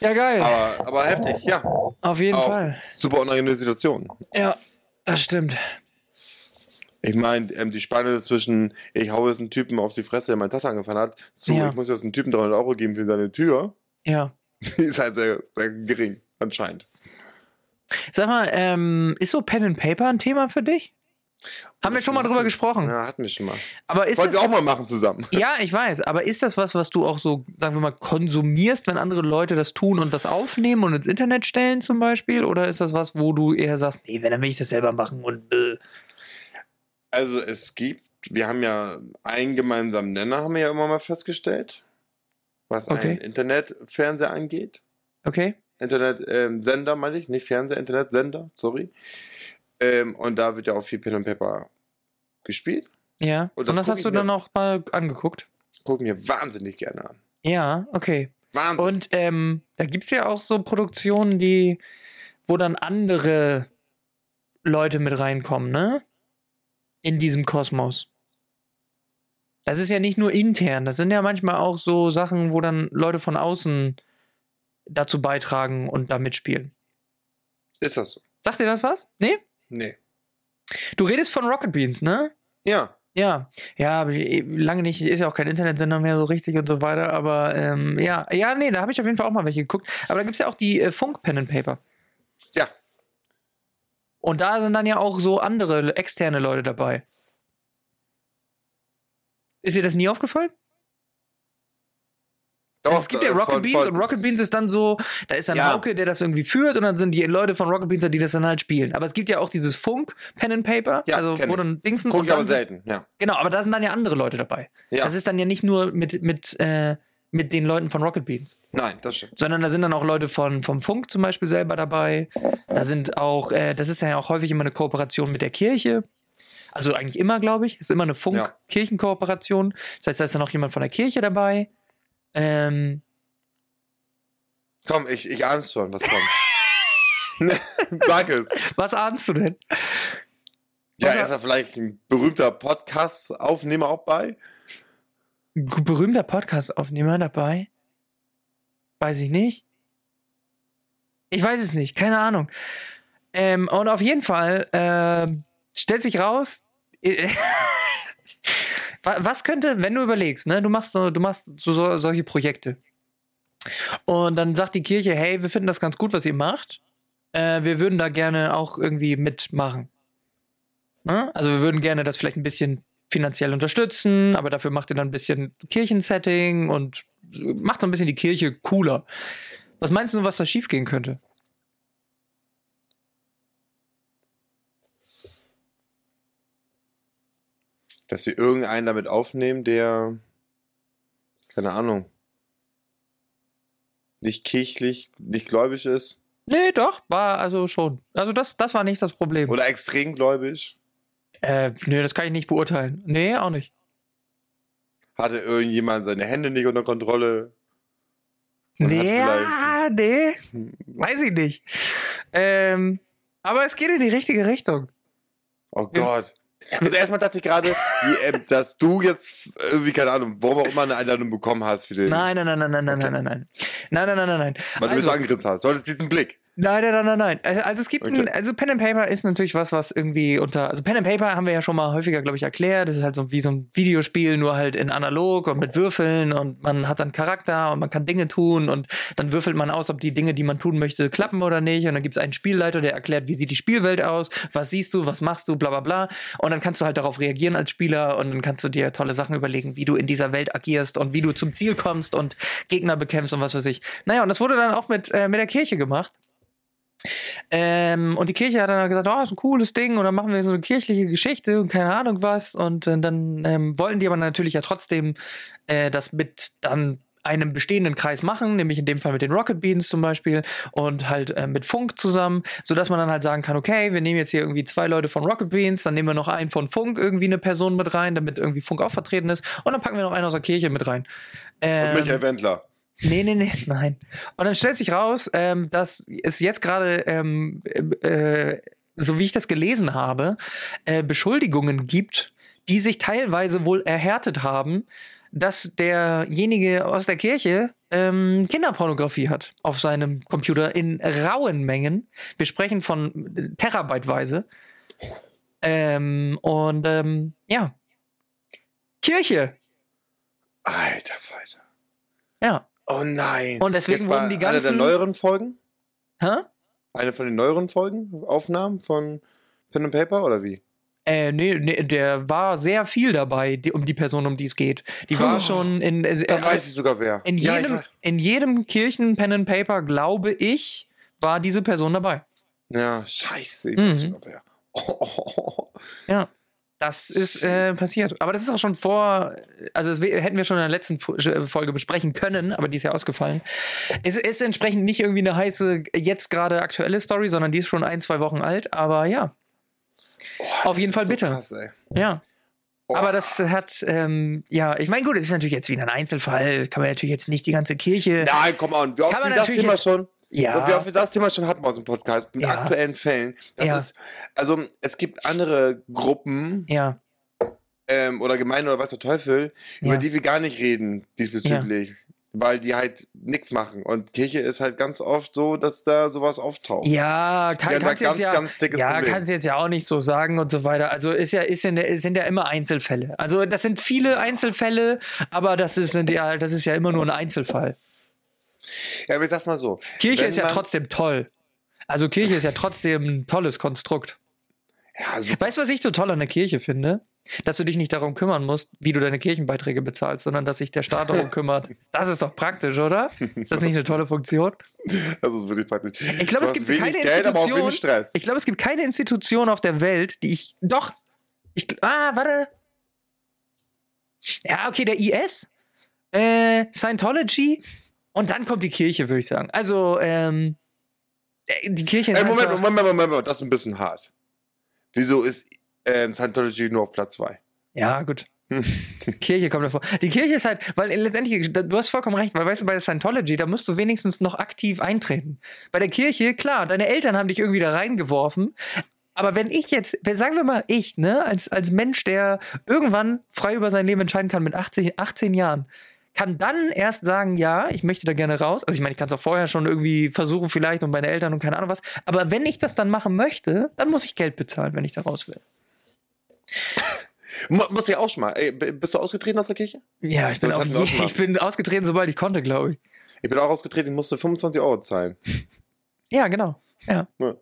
Ja, geil.
Aber, aber heftig, ja.
Auf jeden
auch.
Fall.
Super unangenehme Situation.
Ja, das stimmt.
Ich meine, ähm, die Spanne zwischen, ich hau jetzt einen Typen auf die Fresse, der meinen Tatter angefahren hat, zu,
Ja.
ich muss jetzt einen Typen 300 Euro geben für seine Tür,
Ja.
die ist halt sehr, sehr gering, anscheinend.
Sag mal, ähm, ist so Pen and Paper ein Thema für dich? Haben wir schon mal drüber gesprochen.
Ja, hatten wir schon mal.
Aber Hm. ist
Wollten
das,
wir auch mal machen zusammen.
ja, ich weiß, aber ist das was, was du auch so, sagen wir mal, konsumierst, wenn andere Leute das tun und das aufnehmen und ins Internet stellen zum Beispiel? Oder ist das was, wo du eher sagst, nee, wenn, dann will ich das selber machen und äh,
Also es gibt, wir haben ja einen gemeinsamen Nenner, haben wir ja immer mal festgestellt, was
Okay.
ein Internetfernseher angeht.
okay?
Internet-Sender, meine ich, nicht Fernseher, Internet-Sender, sorry. Ähm, und da wird ja auch viel Pen and Paper gespielt.
Ja.
Und
Und
das guck
das,
ich
hast du
mir-
dann auch mal angeguckt?
Gucken mir wahnsinnig gerne an.
Ja, okay.
Wahnsinn.
Und ähm, da gibt es ja auch so Produktionen, die, wo dann andere Leute mit reinkommen, ne? In diesem Kosmos. Das ist ja nicht nur intern, das sind ja manchmal auch so Sachen, wo dann Leute von außen dazu beitragen und da mitspielen.
Ist das so?
Sagt dir das was? Nee?
Nee.
Du redest von Rocket Beans, ne?
Ja.
Ja, ja, hab ich eh lange nicht, ist ja auch kein Internetsender mehr so richtig und so weiter, aber ähm, ja, ja, nee, da habe ich auf jeden Fall auch mal welche geguckt. Aber da gibt es ja auch die äh, Funk-Pen and Paper.
Ja.
Und da sind dann ja auch so andere externe Leute dabei. Ist dir das nie aufgefallen?
Doch,
es gibt ja
äh,
Rocket
von-
Beans
von-
und Rocket Beans ist dann so, da ist dann
Ja.
Hauke, der das irgendwie führt und dann sind die Leute von Rocket Beans, die das dann halt spielen. Aber es gibt ja auch dieses Funk Pen and Paper,
Ja,
also
kenn
wo
ich.
dann Dingsen
Guck
und
ich aber
dann
selten, ja.
Genau, aber da sind dann ja andere Leute dabei.
Ja.
Das ist dann ja nicht nur mit, mit äh, mit den Leuten von Rocket Beans.
Nein, das stimmt.
sondern da sind dann auch Leute von, vom Funk zum Beispiel selber dabei. Da sind auch, äh, das ist ja auch häufig immer eine Kooperation mit der Kirche. Also eigentlich immer, glaube ich. Ist immer eine
Ja.
Funk-Kirchenkooperation. Das heißt, da ist dann auch jemand von der Kirche dabei. Ähm,
Komm, ich, ich ahne schon, was kommt. Ne, Sag es.
was ahnst du denn?
Ja,
Was er-
ist da vielleicht ein berühmter Podcast-Aufnehmer auch bei?
Ein g- berühmter Podcast-Aufnehmer dabei? Weiß ich nicht. Ich weiß es nicht, keine Ahnung. Ähm, und auf jeden Fall ähm, stellt sich raus, äh, wa- was könnte, wenn du überlegst, ne, du machst, so- du machst so, so, solche Projekte. Und dann sagt die Kirche, hey, wir finden das ganz gut, was ihr macht. Äh, wir würden da gerne auch irgendwie mitmachen. Ne? Also wir würden gerne das vielleicht ein bisschen finanziell unterstützen, aber dafür macht ihr dann ein bisschen Kirchensetting und macht so ein bisschen die Kirche cooler. Was meinst du, was da schiefgehen könnte?
Dass sie irgendeinen damit aufnehmen, der. Keine Ahnung. Nicht kirchlich, nicht gläubig ist.
Nee, doch, war also schon. Also das, das war nicht das Problem.
Oder extrem gläubig.
Äh, nee, das kann ich nicht beurteilen. Nee, auch nicht.
Hatte irgendjemand seine Hände nicht unter Kontrolle? Und hat
Nee, ah,
vielleicht-
nee, weiß ich nicht. Ähm, aber es geht in die richtige Richtung.
Oh Gott. Also erstmal dachte ich gerade, wie, ähm, dass du jetzt irgendwie, keine Ahnung, warum auch immer eine Einladung bekommen hast für den.
Nein, also- nein, nein, nein, nein, nein,
Okay.
nein, nein. Nein, nein, nein, nein, nein.
Weil du mich so angeritzt hast. Du hattest diesen Blick.
Nein, nein, nein, nein, nein. Also es gibt
Okay.
ein, also Pen and Paper ist natürlich was, was irgendwie unter, also Pen and Paper haben wir ja schon mal häufiger, glaube ich, erklärt. Das ist halt so wie so ein Videospiel, nur halt in analog und mit Würfeln und man hat dann Charakter und man kann Dinge tun und dann würfelt man aus, ob die Dinge, die man tun möchte, klappen oder nicht. Und dann gibt es einen Spielleiter, der erklärt, wie sieht die Spielwelt aus, was siehst du, was machst du, bla bla bla. Und dann kannst du halt darauf reagieren als Spieler und dann kannst du dir tolle Sachen überlegen, wie du in dieser Welt agierst und wie du zum Ziel kommst und Gegner bekämpfst und was weiß ich. Naja, und das wurde dann auch mit, äh, mit der Kirche gemacht. Ähm, und die Kirche hat dann gesagt, oh, ist ein cooles Ding und dann machen wir so eine kirchliche Geschichte und keine Ahnung was. Und äh, dann ähm, wollten die aber natürlich ja trotzdem äh, das mit dann einem bestehenden Kreis machen, nämlich in dem Fall mit den Rocket Beans zum Beispiel und halt äh, mit Funk zusammen, sodass man dann halt sagen kann, okay, wir nehmen jetzt hier irgendwie zwei Leute von Rocket Beans, dann nehmen wir noch einen von Funk, irgendwie eine Person mit rein, damit irgendwie Funk auch vertreten ist und dann packen wir noch einen aus der Kirche mit rein. Ähm,
Und Michael Wendler.
Nee, nee, nee, nein. Und dann stellt sich raus, ähm, dass es jetzt gerade, ähm, äh, so wie ich das gelesen habe, äh, Beschuldigungen gibt, die sich teilweise wohl erhärtet haben, dass derjenige aus der Kirche ähm, Kinderpornografie hat auf seinem Computer in rauen Mengen. Wir sprechen von äh, Terabyteweise. Ähm, und ähm, ja. Kirche.
Alter Falter.
Ja.
Oh nein.
Und deswegen
Jetzt war
wurden die
Eine der
ganzen-
neueren Folgen?
Hä?
Eine von den neueren Folgen? Aufnahmen von Pen and Paper oder wie?
Äh, nee, nee, der war sehr viel dabei, die, um die Person, um die es geht. Die war
Oh,
schon in, äh,
Da
äh,
weiß ich sogar wer.
in,
Ja, ich
jedem,
weiß-
in jedem Kirchen-Pen and Paper, glaube ich, war diese Person dabei.
Ja, scheiße, ich weiß
Mhm.
sogar wer. Oh, oh, oh, oh.
Ja. Das ist äh, passiert. Aber das ist auch schon vor, also das we- hätten wir schon in der letzten Fo- äh, Folge besprechen können, aber die ist ja ausgefallen. Es ist entsprechend nicht irgendwie eine heiße, jetzt gerade aktuelle Story, sondern die ist schon ein, zwei Wochen alt. Aber ja,
Oh,
Auf
das
jeden
ist
Fall
so
bitter.
Krass, ey.
ja.
Oh.
Aber das hat, ähm, ja, ich meine, gut, es ist natürlich jetzt wieder ein Einzelfall, kann man natürlich jetzt nicht die ganze Kirche.
Nein, komm on. Wie oft
Kann man
wir das
natürlich
Thema
jetzt-
schon?
Ja,
Und wie oft wir das Thema schon hatten wir aus dem Podcast mit
Ja.
aktuellen Fällen. Das
Ja.
ist, also es gibt andere Gruppen
ja,
ähm, oder Gemeinden oder was der Teufel, über
ja.
die wir gar nicht reden diesbezüglich, weil die halt nichts machen. Und Kirche ist halt ganz oft so, dass da sowas auftaucht.
Ja, kann,
Die haben da
kannst jetzt
ganz,
ja,
ganz dickes
ja,
Problem.
kannst jetzt ja auch nicht so sagen und so weiter. Also ist ja, ist ja, es sind ja immer Einzelfälle. Also das sind viele Einzelfälle, aber das ist, sind ja, das ist ja immer nur ein Einzelfall.
Ja, aber ich sag's mal so.
Kirche
Wenn
ist ja
man-
trotzdem toll. Also Kirche ist ja trotzdem ein tolles Konstrukt.
Ja, so,
Weißt du, was ich so toll an der Kirche finde? Dass du dich nicht darum kümmern musst, wie du deine Kirchenbeiträge bezahlst, sondern dass sich der Staat darum kümmert. Das ist doch praktisch, oder? Ist das nicht eine tolle Funktion?
das ist wirklich praktisch.
Ich glaube, es gibt keine
Geld, aber auch
Institution.
wenig Stress.
Ich glaube, es gibt keine Institution auf der Welt, die ich. Doch! Ich, gl- ah, warte. Ja, okay, der IS. äh, Scientology und dann kommt die Kirche, würde ich sagen. Also, ähm, äh, die Kirche.
Ey,
ist
Moment,
einfach-
Moment, Moment, Moment, Moment, das ist ein bisschen hart. Wieso ist ähm, Scientology nur auf Platz 2?
Ja, gut.
Hm.
Die Kirche kommt davor. Die Kirche ist halt, weil letztendlich, da- du hast vollkommen recht, weil weißt du, bei der Scientology, da musst du wenigstens noch aktiv eintreten. Bei der Kirche, klar, deine Eltern haben dich irgendwie da reingeworfen. Aber wenn ich jetzt, wenn- sagen wir mal, ich, ne, als, als Mensch, der irgendwann frei über sein Leben entscheiden kann mit 80, 18 Jahren, kann dann erst sagen, ja, ich möchte da gerne raus. Also ich meine, ich kann es auch vorher schon irgendwie versuchen, vielleicht und meine Eltern und keine Ahnung was. Aber wenn ich das dann machen möchte, dann muss ich Geld bezahlen, wenn ich da raus will.
Mu- Muss ja auch schon mal. Ey, b- bist du ausgetreten aus der Kirche?
Ja, ich bin,
Das
auf,
hatten wir auch schon mal.
ich bin ausgetreten, sobald ich konnte, glaube ich.
Ich bin auch ausgetreten, ich musste 25 Euro zahlen.
Ja, genau. Ja.
Ja.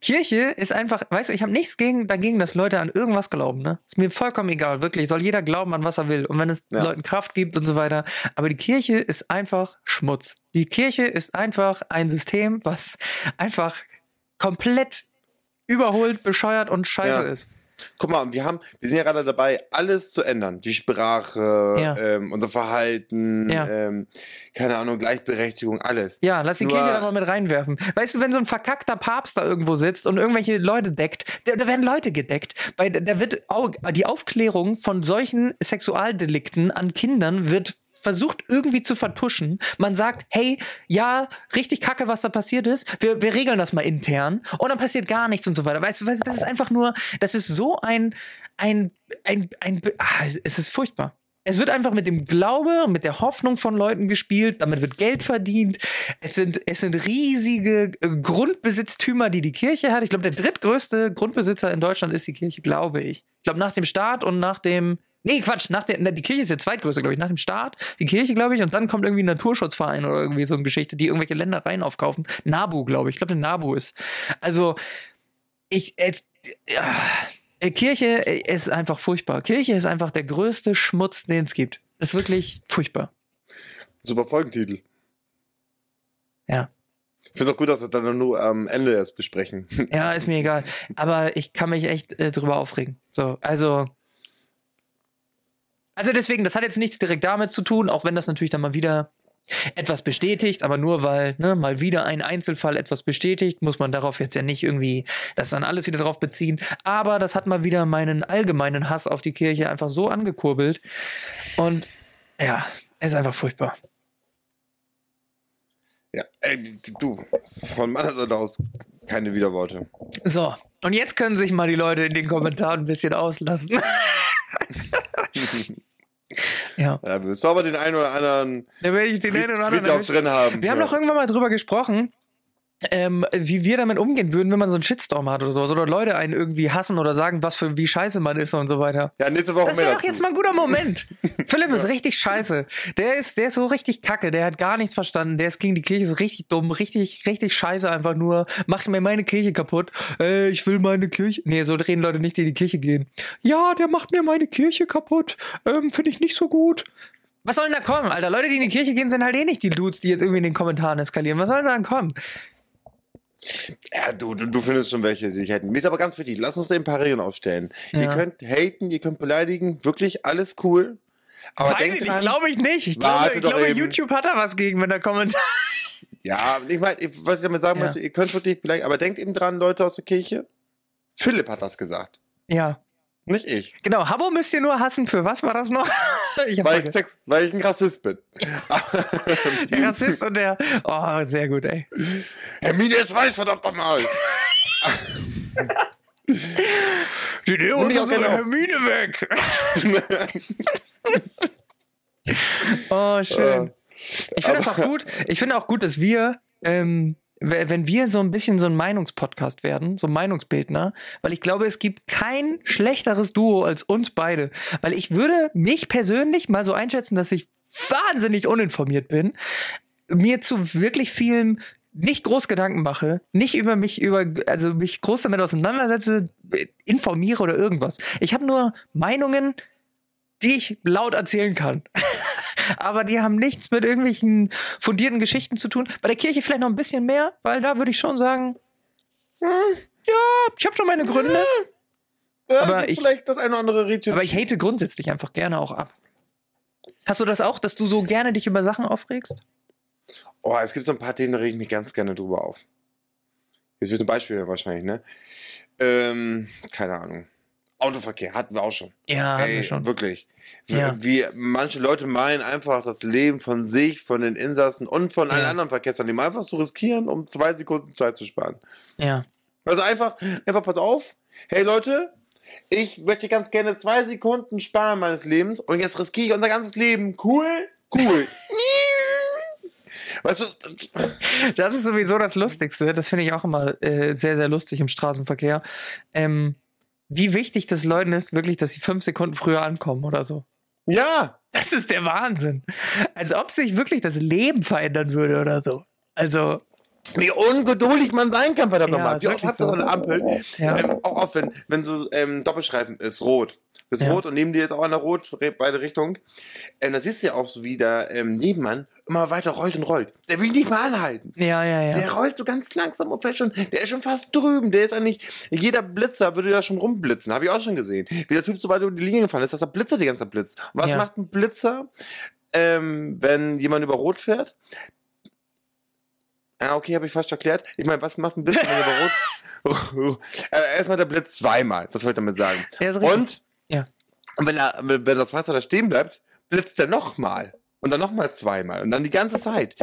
Kirche ist einfach, weißt du, ich habe nichts gegen, dagegen, dass Leute an irgendwas glauben, ne? Ist mir vollkommen egal, wirklich. Soll jeder glauben, an was er will. Und wenn es
Ja.
Leuten Kraft gibt und so weiter. Aber die Kirche ist einfach Schmutz. Die Kirche ist einfach ein System, was einfach komplett überholt, bescheuert und scheiße
Ja.
ist.
Guck mal, wir haben, wir sind ja gerade dabei, alles zu ändern. Die Sprache,
Ja.
ähm, unser Verhalten,
Ja.
ähm, keine Ahnung, Gleichberechtigung, alles.
Ja, lass die
Nur-
Kirche da mal mit reinwerfen. Weißt du, wenn so ein verkackter Papst da irgendwo sitzt und irgendwelche Leute deckt, da, da werden Leute gedeckt. Bei, da wird au- die Aufklärung von solchen Sexualdelikten an Kindern wird versucht irgendwie zu vertuschen. Man sagt, hey, ja, richtig kacke, was da passiert ist. Wir, wir regeln das mal intern und dann passiert gar nichts und so weiter. Weißt du, weißt, du, das ist einfach nur, das ist so ein, ein, ein, ein, ah, es- es ist furchtbar. Es wird einfach mit dem Glaube und mit der Hoffnung von Leuten gespielt, damit wird Geld verdient. Es sind, es sind riesige äh, Grundbesitztümer, die die Kirche hat. Ich glaube, der drittgrößte Grundbesitzer in Deutschland ist die Kirche, glaube ich. Ich glaube, nach dem Staat und nach dem. Nee, Quatsch, nach der, na, die Kirche ist der zweitgrößte, glaube ich. Nach dem Staat, die Kirche, glaube ich, und dann kommt irgendwie ein Naturschutzverein oder irgendwie so eine Geschichte, die irgendwelche Ländereien aufkaufen. NABU, glaube ich. Ich glaube, der NABU ist. Also, ich. Äh, ja. Äh, Kirche äh, ist einfach furchtbar. Kirche ist einfach der größte Schmutz, den es gibt. Ist wirklich furchtbar.
Super Folgentitel.
Ja.
Ich finde auch gut, dass wir das dann nur am Ende erst besprechen.
Ja, ist mir egal. Aber ich kann mich echt äh, drüber aufregen. So, also. Also deswegen, das hat jetzt nichts direkt damit zu tun, auch wenn das natürlich dann mal wieder etwas bestätigt, aber nur weil ne, mal wieder ein Einzelfall etwas bestätigt, muss man darauf jetzt ja nicht irgendwie das dann alles wieder drauf beziehen. Aber das hat mal wieder meinen allgemeinen Hass auf die Kirche einfach so angekurbelt. Und ja, ist einfach furchtbar.
Ja, ey, du, von meiner Seite aus keine Widerworte.
So, und jetzt können sich mal die Leute in den Kommentaren ein bisschen auslassen. ja,
Ja, wirst du aber den einen oder anderen
da werde ich den einen oder anderen.
Tweet auch drin haben.
Wir haben
ja.
doch irgendwann mal drüber gesprochen, ähm, wie wir damit umgehen würden, wenn man so einen Shitstorm hat oder sowas. Oder Leute einen irgendwie hassen oder sagen, was für wie scheiße man ist und so weiter.
Ja, nächste Woche
Das
mehr
wäre doch
dazu.
jetzt mal ein guter Moment. Philipp ist richtig scheiße. Der ist, der ist so richtig kacke. Der hat gar nichts verstanden. Der ist gegen die Kirche so richtig dumm, richtig, richtig scheiße einfach nur. Macht mir meine Kirche kaputt. Äh, ich will meine Kirche. Nee, so reden Leute nicht, die in die Kirche gehen. Ja, der macht mir meine Kirche kaputt. Ähm, Finde ich nicht so gut. Was soll denn da kommen, Alter? Leute, die in die Kirche gehen, sind halt eh nicht die Dudes, die jetzt irgendwie in den Kommentaren eskalieren. Was soll denn dann kommen?
Ja, du, du, du findest schon welche, die dich hätten. Mir ist aber ganz wichtig, lass uns den Parieren aufstellen. Ihr
Ja.
könnt haten, ihr könnt beleidigen, wirklich alles cool. Aber
Weiß
denkt
ich nicht,
dran,
glaube ich nicht. Ich
Warte
glaube, ich
doch
glaube
eben.
YouTube hat da was gegen, wenn da Kommentare.
Ja, ich meine, ich- was ich damit sagen
Ja.
möchte, ihr könnt wirklich beleidigen, aber denkt eben dran, Leute aus der Kirche. Philipp hat das gesagt,
Ja.
nicht ich.
Genau, Habo müsst ihr nur hassen für was war das noch? Ich hab
Weil ich,
vergessen.
Sex, weil ich ein Rassist bin.
der Rassist und der. Oh, sehr gut, ey.
Hermine ist weiß, verdammt nochmal.
Die nehmen
ich auch
unsere
gerne auf.
Hermine weg. oh, schön. Ich finde das auch gut. Ich finde auch gut, dass wir, ähm, we- wenn wir so ein bisschen so ein Meinungspodcast werden, so ein Meinungsbildner, weil ich glaube, es gibt kein schlechteres Duo als uns beide. Weil ich würde mich persönlich mal so einschätzen, dass ich wahnsinnig uninformiert bin, mir zu wirklich vielen nicht groß Gedanken mache, nicht über mich über also mich groß damit auseinandersetze, äh, informiere oder irgendwas. Ich habe nur Meinungen, die ich laut erzählen kann. Aber die haben nichts mit irgendwelchen fundierten Geschichten zu tun. Bei der Kirche vielleicht noch ein bisschen mehr, weil da würde ich schon sagen, hm, ja, ich habe schon meine Gründe.
Ja,
Aber
gibt
ich-
vielleicht das Äh, eine oder andere Rätchen.
Aber ich hate grundsätzlich einfach gerne auch ab. Hast du das auch, dass du so gerne dich über Sachen aufregst?
Oh, es gibt so ein paar Themen, da rege ich mich ganz gerne drüber auf. Jetzt wird ein Beispiel wahrscheinlich, ne? Ähm, keine Ahnung. Autoverkehr hatten wir auch schon.
Ja, haben
Ey,
Ah, wir schon.
Wirklich. Wie,
Ja.
wie manche Leute meinen einfach das Leben von sich, von den Insassen und von allen
Ja.
anderen Verkehrsteilnehmern einfach zu riskieren, um zwei Sekunden Zeit zu sparen.
Ja.
Also einfach, einfach pass auf. Hey Leute, ich möchte ganz gerne zwei Sekunden sparen meines Lebens und jetzt riskiere ich unser ganzes Leben. Cool, cool. weißt du,
Das ist sowieso das Lustigste. Das finde ich auch immer äh, sehr, sehr lustig im Straßenverkehr. Ähm, wie wichtig das Leuten ist, wirklich, dass sie fünf Sekunden früher ankommen oder so.
ja.
Das ist der Wahnsinn. Als ob sich wirklich das Leben verändern würde oder so. Also,
Wie ungeduldig man sein kann, verdammt
Ja,
nochmal.
ist
Wie oft
wirklich
hast du so
so.
eine Ampel?
Ja.
Ähm, auch oft, wenn, wenn so ähm, Doppelstreifen ist, rot. Ist
Ja.
rot und neben dir jetzt auch einer rot, re- beide Richtungen. Ähm, da siehst du ja auch so, wie der ähm, Nebenmann immer weiter rollt und rollt. Der will nicht mal anhalten.
ja, ja, ja.
Der rollt so ganz langsam und fährt schon, der ist schon fast drüben. Der ist eigentlich, jeder Blitzer würde da schon rumblitzen. Habe ich auch schon gesehen. Wie der Typ so weit über die Linie gefahren ist, dass der Blitzer die ganze Zeit blitzt. Und was
Ja.
macht ein Blitzer, ähm, wenn jemand über Rot fährt? Ah, okay, habe ich falsch erklärt. Ich meine, was macht ein Blitzer, wenn er über Rot... Äh, Erstmal der Blitz zweimal, das wollte ich damit sagen.
Der ist richtig-
Und,
Ja.
und wenn, er, wenn das Wasser da stehen bleibt, blitzt er nochmal. Und dann nochmal zweimal. Und dann die ganze Zeit.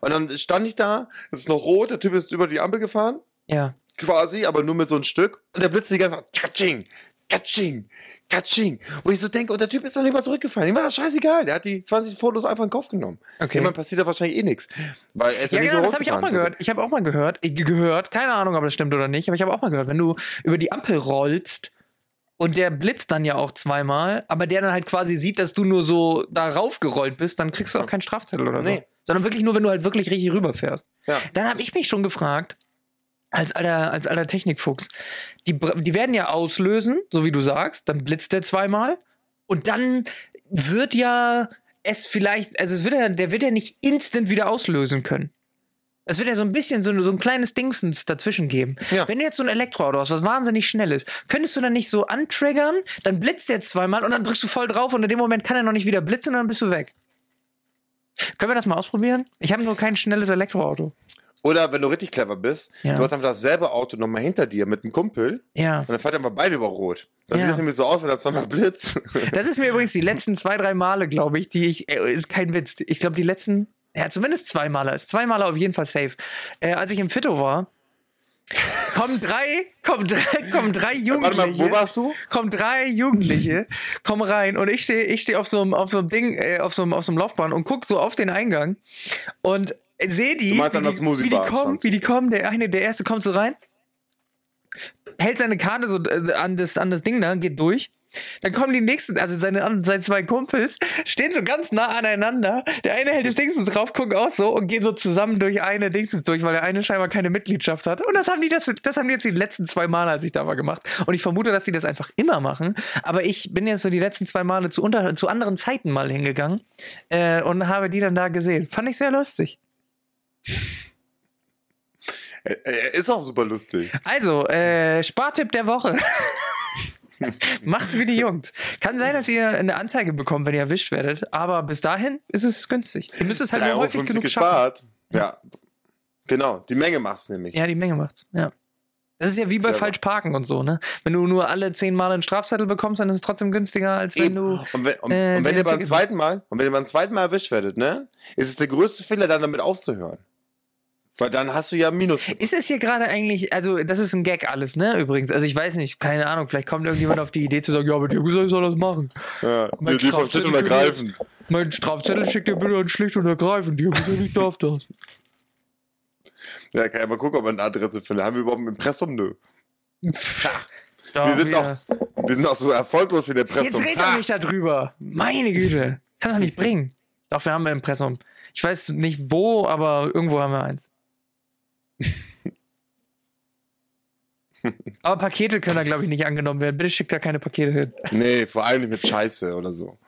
Und dann stand ich da, es ist noch rot, der Typ ist über die Ampel gefahren,
ja.
quasi, aber nur mit so ein Stück. Und der blitzte die ganze Zeit. Katsching, katsching, katsching. Wo ich so denke, und der Typ ist noch nicht mal zurückgefallen. Ihm war das scheißegal. Der hat die 20 Fotos einfach in den Kauf genommen.
Okay.
Jemand passiert da wahrscheinlich eh nichts. Weil er ist
Ja,
nicht
genau,
über
das
Rot
habe ich auch mal
gefahren.
gehört. Ich habe auch mal gehört, ich gehört, keine Ahnung, ob das stimmt oder nicht, aber ich habe auch mal gehört, wenn du über die Ampel rollst und der blitzt dann ja auch zweimal, aber der dann halt quasi sieht, dass du nur so da raufgerollt bist, dann kriegst du auch keinen Strafzettel oder so.
Nee.
Sondern wirklich nur, wenn du halt wirklich richtig rüberfährst.
Ja.
Dann habe ich mich schon gefragt, als alter, als alter Technikfuchs, die, Br- die werden ja auslösen, so wie du sagst, dann blitzt der zweimal und dann wird ja es vielleicht, also es wird ja, der wird ja nicht instant wieder auslösen können. Es wird ja so ein bisschen so, so ein kleines Dingsens dazwischen geben.
Ja.
Wenn du jetzt so ein Elektroauto hast, was wahnsinnig schnell ist, könntest du dann nicht so antriggern, dann blitzt der zweimal und dann drückst du voll drauf und in dem Moment kann er noch nicht wieder blitzen und dann bist du weg. Können wir das mal ausprobieren? Ich habe nur kein schnelles Elektroauto.
Oder wenn du richtig clever bist,
Ja.
du hast einfach dasselbe Auto nochmal hinter dir mit einem Kumpel.
Ja.
Und dann fährt er mal beide über Rot. Dann
Ja.
sieht es nämlich so aus, wenn er zweimal blitzt.
Das ist mir übrigens die letzten zwei, drei Male, glaube ich, die ich, äh, ist kein Witz. Ich glaube, die letzten, ja, zumindest zwei Male, ist zwei Male auf jeden Fall safe. Äh, als ich im Fitto war, kommen drei, kommen drei, kommen drei
Warte
Jugendliche.
mal, wo warst du?
Kommen drei Jugendliche, kommen rein und ich stehe ich steh auf so einem auf so einem Ding, äh, auf so einem auf so einem Laufband und guck so auf den Eingang und äh, sehe die,
Du meinst
wie
an
die,
das Musibar
wie die
abstand.
kommen, wie die kommen, der eine, der erste kommt so rein, hält seine Karte so äh, an das, an das Ding da, geht durch. Dann kommen die nächsten, also seine, an- seine zwei Kumpels, stehen so ganz nah aneinander. Der eine hält das Dingsens drauf, guckt auch so und gehen so zusammen durch eine Dingsens durch, weil der eine scheinbar keine Mitgliedschaft hat. Und das haben die, das, das haben die jetzt die letzten zwei Male, als ich da war, gemacht. Und ich vermute, dass sie das einfach immer machen. Aber ich bin jetzt so die letzten zwei Male zu, unter, zu anderen Zeiten mal hingegangen äh, und habe die dann da gesehen. Fand ich sehr lustig.
Äh, äh, Ist auch super lustig.
Also, äh, Spartipp der Woche. Macht wie die Jungs. Kann sein, dass ihr eine Anzeige bekommt, wenn ihr erwischt werdet, aber bis dahin ist es günstig. Ihr müsst es halt nur
3,50
häufig
Euro
genug schaffen.
gespart. Ja. Genau, die Menge machst du nämlich.
Ja, die Menge macht's. Ja. Das ist ja wie bei
Clever.
falsch parken und so, ne? Wenn du nur alle zehn Mal einen Strafzettel bekommst, dann ist es trotzdem günstiger, als wenn
Eben.
du.
Und wenn, und,
äh,
und wenn
den
ihr beim
Ticket-
zweiten Mal, und wenn ihr beim zweiten Mal erwischt werdet, ne, ist es der größte Fehler, dann damit aufzuhören. Weil dann hast du ja Minus.
Ist es hier gerade eigentlich, also das ist ein Gag alles, ne? Übrigens, also ich weiß nicht, keine Ahnung, vielleicht kommt irgendjemand auf die Idee zu sagen, ja, aber Jungs, ich soll das machen.
Ja,
Mein
die vom
Strafzettel
Schritt untergreifen.
Mein Strafzettel schickt dir bitte an schlicht und ergreifend, Jungs, ich darf das.
Ja, kann ja mal gucken, ob man eine Adresse findet. Haben wir überhaupt ein Impressum? Nö.
Doch,
wir, sind
ja.
auch, wir sind auch so erfolglos wie der
Oh, Jetzt
Impressum.
red
Ha!
doch nicht darüber. Meine Güte. Kannst doch nicht bringen. Doch, wir haben ein Impressum. Ich weiß nicht wo, aber irgendwo haben wir eins. aber Pakete können da, glaube ich, nicht angenommen werden. Bitte schickt da keine Pakete hin.
Nee, vor allem nicht mit Scheiße oder so.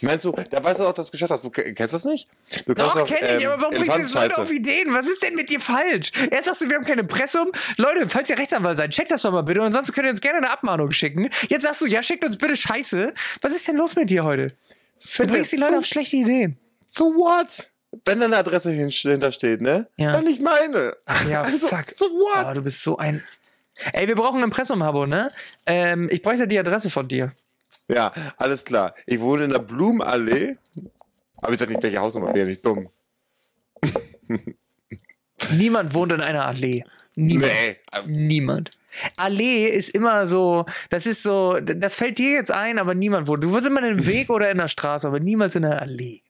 Meinst du, da weißt du auch, dass du es geschafft hast. Du ke- kennst das nicht? Du kannst
Doch, kenne ich,
ähm,
aber warum bringst du jetzt Leute
Elefantenscheiße.
auf Ideen? Was ist denn mit dir falsch? Erst sagst du, wir haben kein Impressum. Leute, falls ihr Rechtsanwalt seid, checkt das doch mal bitte. Und sonst könnt ihr uns gerne eine Abmahnung schicken. Jetzt sagst du, ja, schickt uns bitte Scheiße. Was ist denn los mit dir heute? Du bringst die Leute auf schlechte Ideen.
So what? Wenn da eine Adresse hin- hintersteht, ne?
Ja.
Dann nicht meine.
Ach ja,
Also,
fuck.
so what?
Oh, du bist so ein. Ey, wir brauchen ein Impressum, Habo, ne? Ähm, ich bräuchte die Adresse von dir. Oh.
Ja, alles klar. Ich wohne in der Blumenallee. Aber ich sag nicht, welche Hausnummer. Bin ja nicht dumm.
Niemand wohnt in einer Allee. Niemand.
Nee.
Niemand. Allee ist immer so, das ist so, d- das fällt dir jetzt ein, aber niemand wohnt. Du wohnst immer in einem Weg oder in der Straße, aber niemals in einer Allee.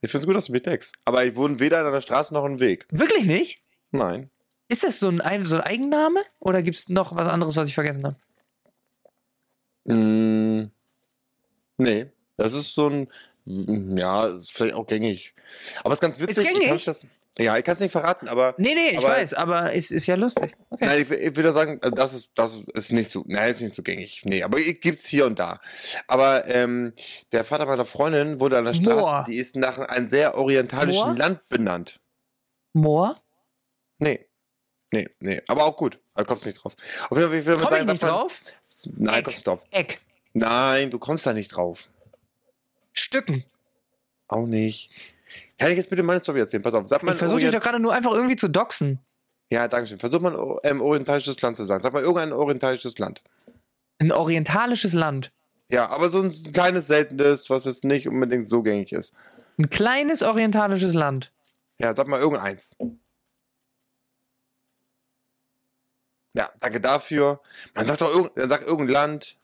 Ich find's gut, dass du mich deckst. Aber ich wohne weder in einer Straße noch im Weg.
Wirklich nicht?
Nein.
Ist das so ein, ein, so ein Eigenname? Oder gibt es noch was anderes, was ich vergessen habe?
Mm, nee. Das ist so ein. mm, Ja, ist vielleicht auch gängig. Aber es ist ganz witzig. ich
gängig?
kann's das, ja, ich kann es nicht verraten, aber.
Nee, nee, ich
Aber-
weiß, aber es ist ja lustig. Okay.
Nein, ich, ich würde sagen, äh, das ist, das ist nicht so, nein, ist nicht so gängig. Nee, aber ich- gibt's hier und da. Aber ähm, der Vater meiner Freundin wurde an der Straße,
Moor.
die ist nach einem sehr orientalischen
Moor?
Land benannt.
Moor?
Nee. Nee, nee. Aber auch gut. Da kommst du nicht drauf. Auf jeden Fall, will ich damit
Komm ich
sagen,
nicht
dass man-
drauf?
Nein,
Eck.
kommst du nicht drauf.
Eck.
Nein, du kommst da nicht drauf.
Stücken.
Auch nicht. Kann ich jetzt bitte meine Story erzählen? Pass auf. Sag mal,
Ich versuche dich
Orient-
doch gerade nur einfach irgendwie zu doxen.
ja, danke schön. Versuch mal ein o- ähm, orientalisches Land zu sagen. Sag mal irgendein orientalisches Land.
Ein orientalisches Land.
Ja, aber so ein kleines, seltenes, was jetzt nicht unbedingt so gängig ist.
Ein kleines orientalisches Land.
Ja, sag mal irgendeins. Ja, danke dafür. Man sagt doch irgendein, sagt irgendein Land.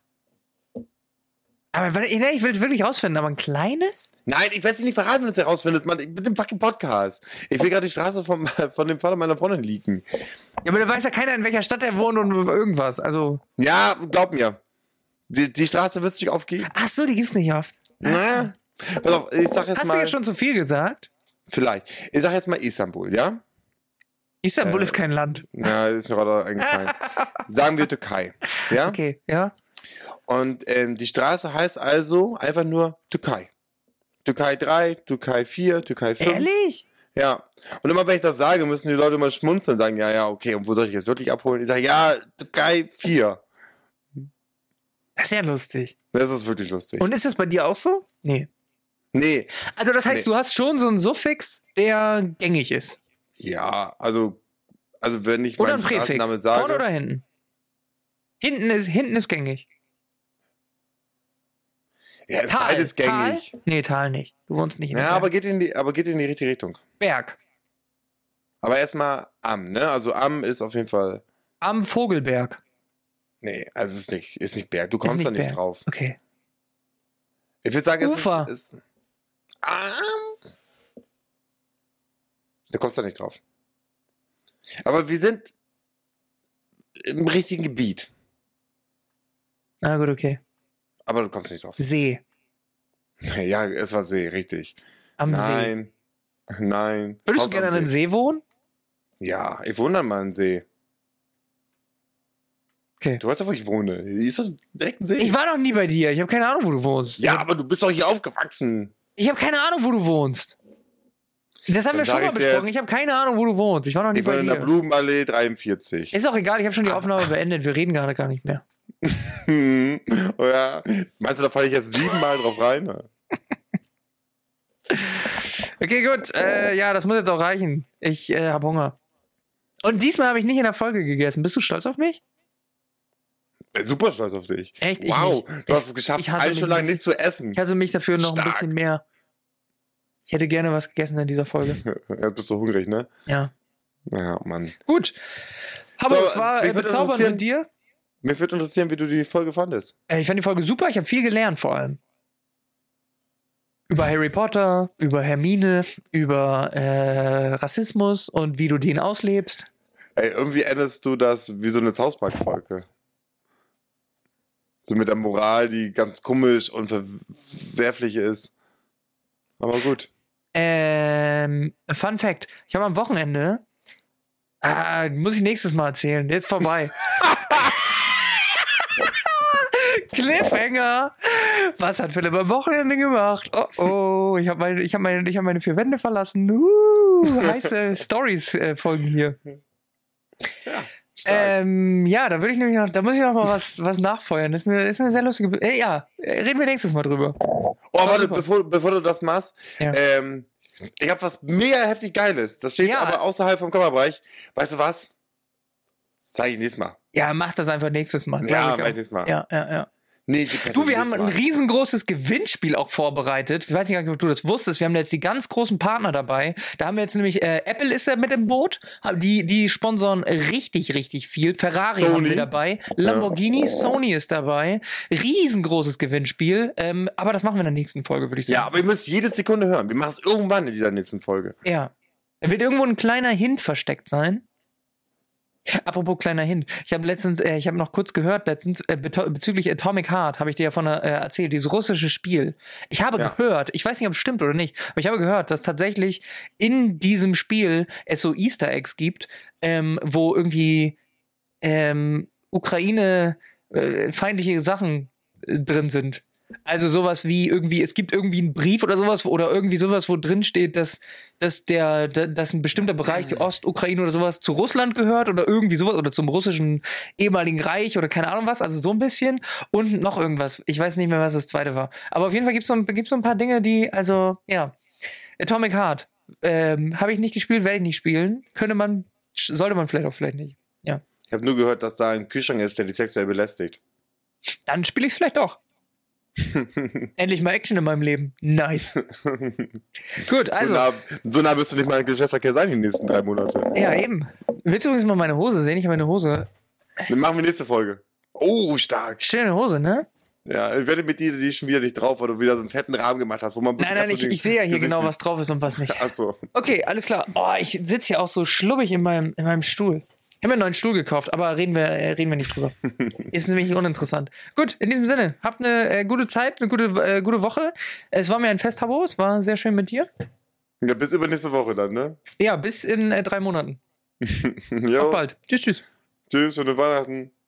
Aber warte, nee, ich will es wirklich rausfinden, aber ein kleines?
Nein, ich werde es nicht verraten, wenn du es herausfindest, Mann. Ich bin im fucking Podcast. Ich will gerade die Straße vom, von dem Vater meiner Freundin liegen.
Ja, aber da weiß ja keiner, in welcher Stadt er wohnt und irgendwas. Also.
Ja, glaub mir. Die, die Straße wird sich aufgeben.
Ach so, die gibt's nicht oft.
Na? Pass auf, ich sag jetzt
Hast
mal.
du jetzt schon zu viel gesagt?
Vielleicht. Ich sag jetzt mal Istanbul, ja?
Istanbul
Äh.
ist kein Land.
Ja, ist mir gerade eingefallen. Sagen wir Türkei. Ja?
Okay, ja.
Und ähm, die Straße heißt also einfach nur Türkei. Türkei 3, Türkei 4, Türkei 5.
Ehrlich?
Ja. Und immer wenn ich das sage, müssen die Leute immer schmunzeln und sagen, ja, ja, okay, und wo soll ich jetzt wirklich abholen? Ich sage, ja, Türkei 4.
Das ist ja lustig.
Das ist wirklich lustig.
Und ist das bei dir auch so? Nee.
nee,
Also, das heißt,
Nee.
du hast schon so einen Suffix, der gängig ist.
ja, also, also wenn ich
Oder
meinen
ein Präfix.
Straßennamen
Vorne
sage,
oder hinten? Hinten ist, hinten ist gängig.
ja, ist
Tal.
beides gängig.
Tal? Nee, Tal nicht. Du wohnst nicht in
Ja,
Berg.
aber geht, in die, aber geht in die richtige Richtung.
Berg.
Aber erstmal am, ne? Also am ist auf jeden Fall,
Am Vogelberg.
nee, also ist nicht, ist nicht Berg. Du kommst
nicht
da nicht
Berg.
drauf.
Okay.
Ich würde sagen,
Ufer.
es ist, ist am. Du kommst da nicht drauf. Aber wir sind im richtigen Gebiet.
Na gut, okay.
Aber du kommst nicht drauf.
See.
Ja, es war See, richtig.
Am See.
Nein. Nein.
Würdest
Haus
du gerne
am
an einem See wohnen?
Ja, ich wohne an meinem See.
Okay.
Du weißt doch, wo ich wohne. Ist das direkt ein See?
Ich war noch nie bei dir. Ich habe keine Ahnung, wo du wohnst.
ja, aber du bist doch hier aufgewachsen.
Ich habe keine Ahnung, wo du wohnst. Das haben
Dann
wir schon
sag
mal
ich's
besprochen.
jetzt.
Ich habe keine Ahnung, wo du wohnst. Ich war noch nie
Ich
bei
wohne in der
dir.
Blumenallee 43.
Ist auch egal, ich habe schon die Aufnahme beendet. Wir reden gerade gar nicht mehr.
Hm. Oh ja. Meinst du, da falle ich jetzt siebenmal drauf rein?
Okay, gut. Äh, ja, das muss jetzt auch reichen. Ich äh, habe Hunger. Und diesmal habe ich nicht in der Folge gegessen. Bist du stolz auf mich?
Bin Super stolz auf dich.
Echt? Ich
Wow,
nicht.
du hast es geschafft,
ich hasse
eine
mich
Stunde
ein
lang
bisschen.
nichts zu essen.
Ich hasse mich dafür noch ein
Stark.
bisschen mehr. Ich hätte gerne was gegessen in dieser Folge.
Jetzt bist du hungrig, ne?
Ja.
Ja, Mann.
Gut. Aber
So,
es war
mich
äh,
würde
bezaubernd
interessieren-
mit dir.
Mir würde interessieren, wie du die Folge fandest.
Äh, ich fand die Folge super. Ich habe viel gelernt vor allem. Über Harry Potter, über Hermine, über äh, Rassismus und wie du den auslebst.
Ey, irgendwie endest du das wie so eine Zauspark-Folge. So mit der Moral, die ganz komisch und verwerflich ist. Aber gut.
Ähm, Fun Fact: Ich habe am Wochenende. Ah, muss ich nächstes Mal erzählen. Jetzt vorbei. Cliffhanger! Was hat Philipp am Wochenende gemacht? Oh oh, ich habe meine, ich hab meine, ich hab meine vier Wände verlassen. Uh, heiße Stories äh, folgen hier.
Stark.
Ähm, ja, da würde ich nämlich noch, da muss ich noch mal was, was nachfeuern. Das ist, mir, ist eine sehr lustige. Be- Äh, ja, äh, reden wir nächstes Mal drüber.
Oh,
War
warte,
super.
bevor, bevor du das machst,
Ja.
ähm, ich habe was mega heftig Geiles. Das steht
Ja.
aber außerhalb vom Kammerbereich. Weißt du was? Das zeige ich nächstes Mal.
Ja, mach das einfach nächstes Mal.
Ja,
Sag ich
mach ich
auch.
nächstes Mal.
ja, ja, ja.
Nee, die
Du,
nächstes
wir haben ein
Mal.
riesengroßes Gewinnspiel auch vorbereitet. Ich weiß nicht, ob du das wusstest. Wir haben da jetzt die ganz großen Partner dabei. Da haben wir jetzt nämlich, äh, Apple ist ja mit im Boot. Die, die sponsern richtig, richtig viel. Ferrari haben
Sony. Oh.
wir dabei. Lamborghini, Sony ist dabei. Riesengroßes Gewinnspiel. Ähm, aber das machen wir in der nächsten Folge, würde ich
Ja,
sagen.
aber ihr müsst jede Sekunde hören. Wir machen es irgendwann in dieser nächsten Folge.
Ja. Da wird irgendwo ein kleiner Hint versteckt sein. Apropos kleiner Hint. Ich habe letztens, äh, ich habe noch kurz gehört, letztens, äh, beto- bezüglich Atomic Heart, habe ich dir ja von äh, erzählt, dieses russische Spiel. Ich habe
Ja.
gehört, ich weiß nicht, ob es stimmt oder nicht, aber ich habe gehört, dass tatsächlich in diesem Spiel es so Easter Eggs gibt, ähm, wo irgendwie ähm, Ukraine äh, feindliche Sachen äh, drin sind. Also sowas wie irgendwie, es gibt irgendwie einen Brief oder sowas, oder irgendwie sowas, wo drin steht, dass, dass der, da- dass ein bestimmter Bereich, die Ostukraine oder sowas, zu Russland gehört oder irgendwie sowas, oder zum russischen ehemaligen Reich oder keine Ahnung was, also so ein bisschen und noch irgendwas. Ich weiß nicht mehr, was das zweite war. Aber auf jeden Fall gibt es so, ein- gibt's so ein paar Dinge, die, also, ja. Atomic Heart. Ähm, Habe ich nicht gespielt, werde ich nicht spielen. Könnte man, sch- sollte man vielleicht auch vielleicht nicht. Ja.
Ich habe nur gehört, dass da ein Kühlschrank ist, der die sexuell belästigt.
Dann spiele ich es vielleicht doch. Endlich mal Action in meinem Leben. Nice. Gut, also.
so, nah, so nah wirst du nicht mal ein Geschlechtsverkehr sein die nächsten drei Monate.
Ja, eben. Willst du übrigens mal meine Hose sehen? Ich habe meine Hose.
Dann machen wir nächste Folge. Oh, stark.
Schöne Hose, ne?
Ja, ich werde mit dir, die ist schon wieder nicht drauf, weil du wieder so einen fetten Rahmen gemacht hast, wo man
Nein, nein, ich, ich sehe ja Also hier genau, was drauf ist und was nicht.
Achso.
Okay, alles klar. Oh, ich sitze hier auch so schlubbig in meinem, in meinem Stuhl. Ich habe mir einen neuen Stuhl gekauft, aber reden wir, äh, reden wir nicht drüber. Ist nämlich uninteressant. Gut, in diesem Sinne, habt eine äh, gute Zeit, eine gute, äh, gute Woche. Es war mir ein Fest, Habo. Es war sehr schön mit dir.
Ja, bis übernächste Woche dann, ne?
Ja, bis in äh, drei Monaten.
Jo,
Auf bald. Tschüss, tschüss.
Tschüss, schöne Weihnachten.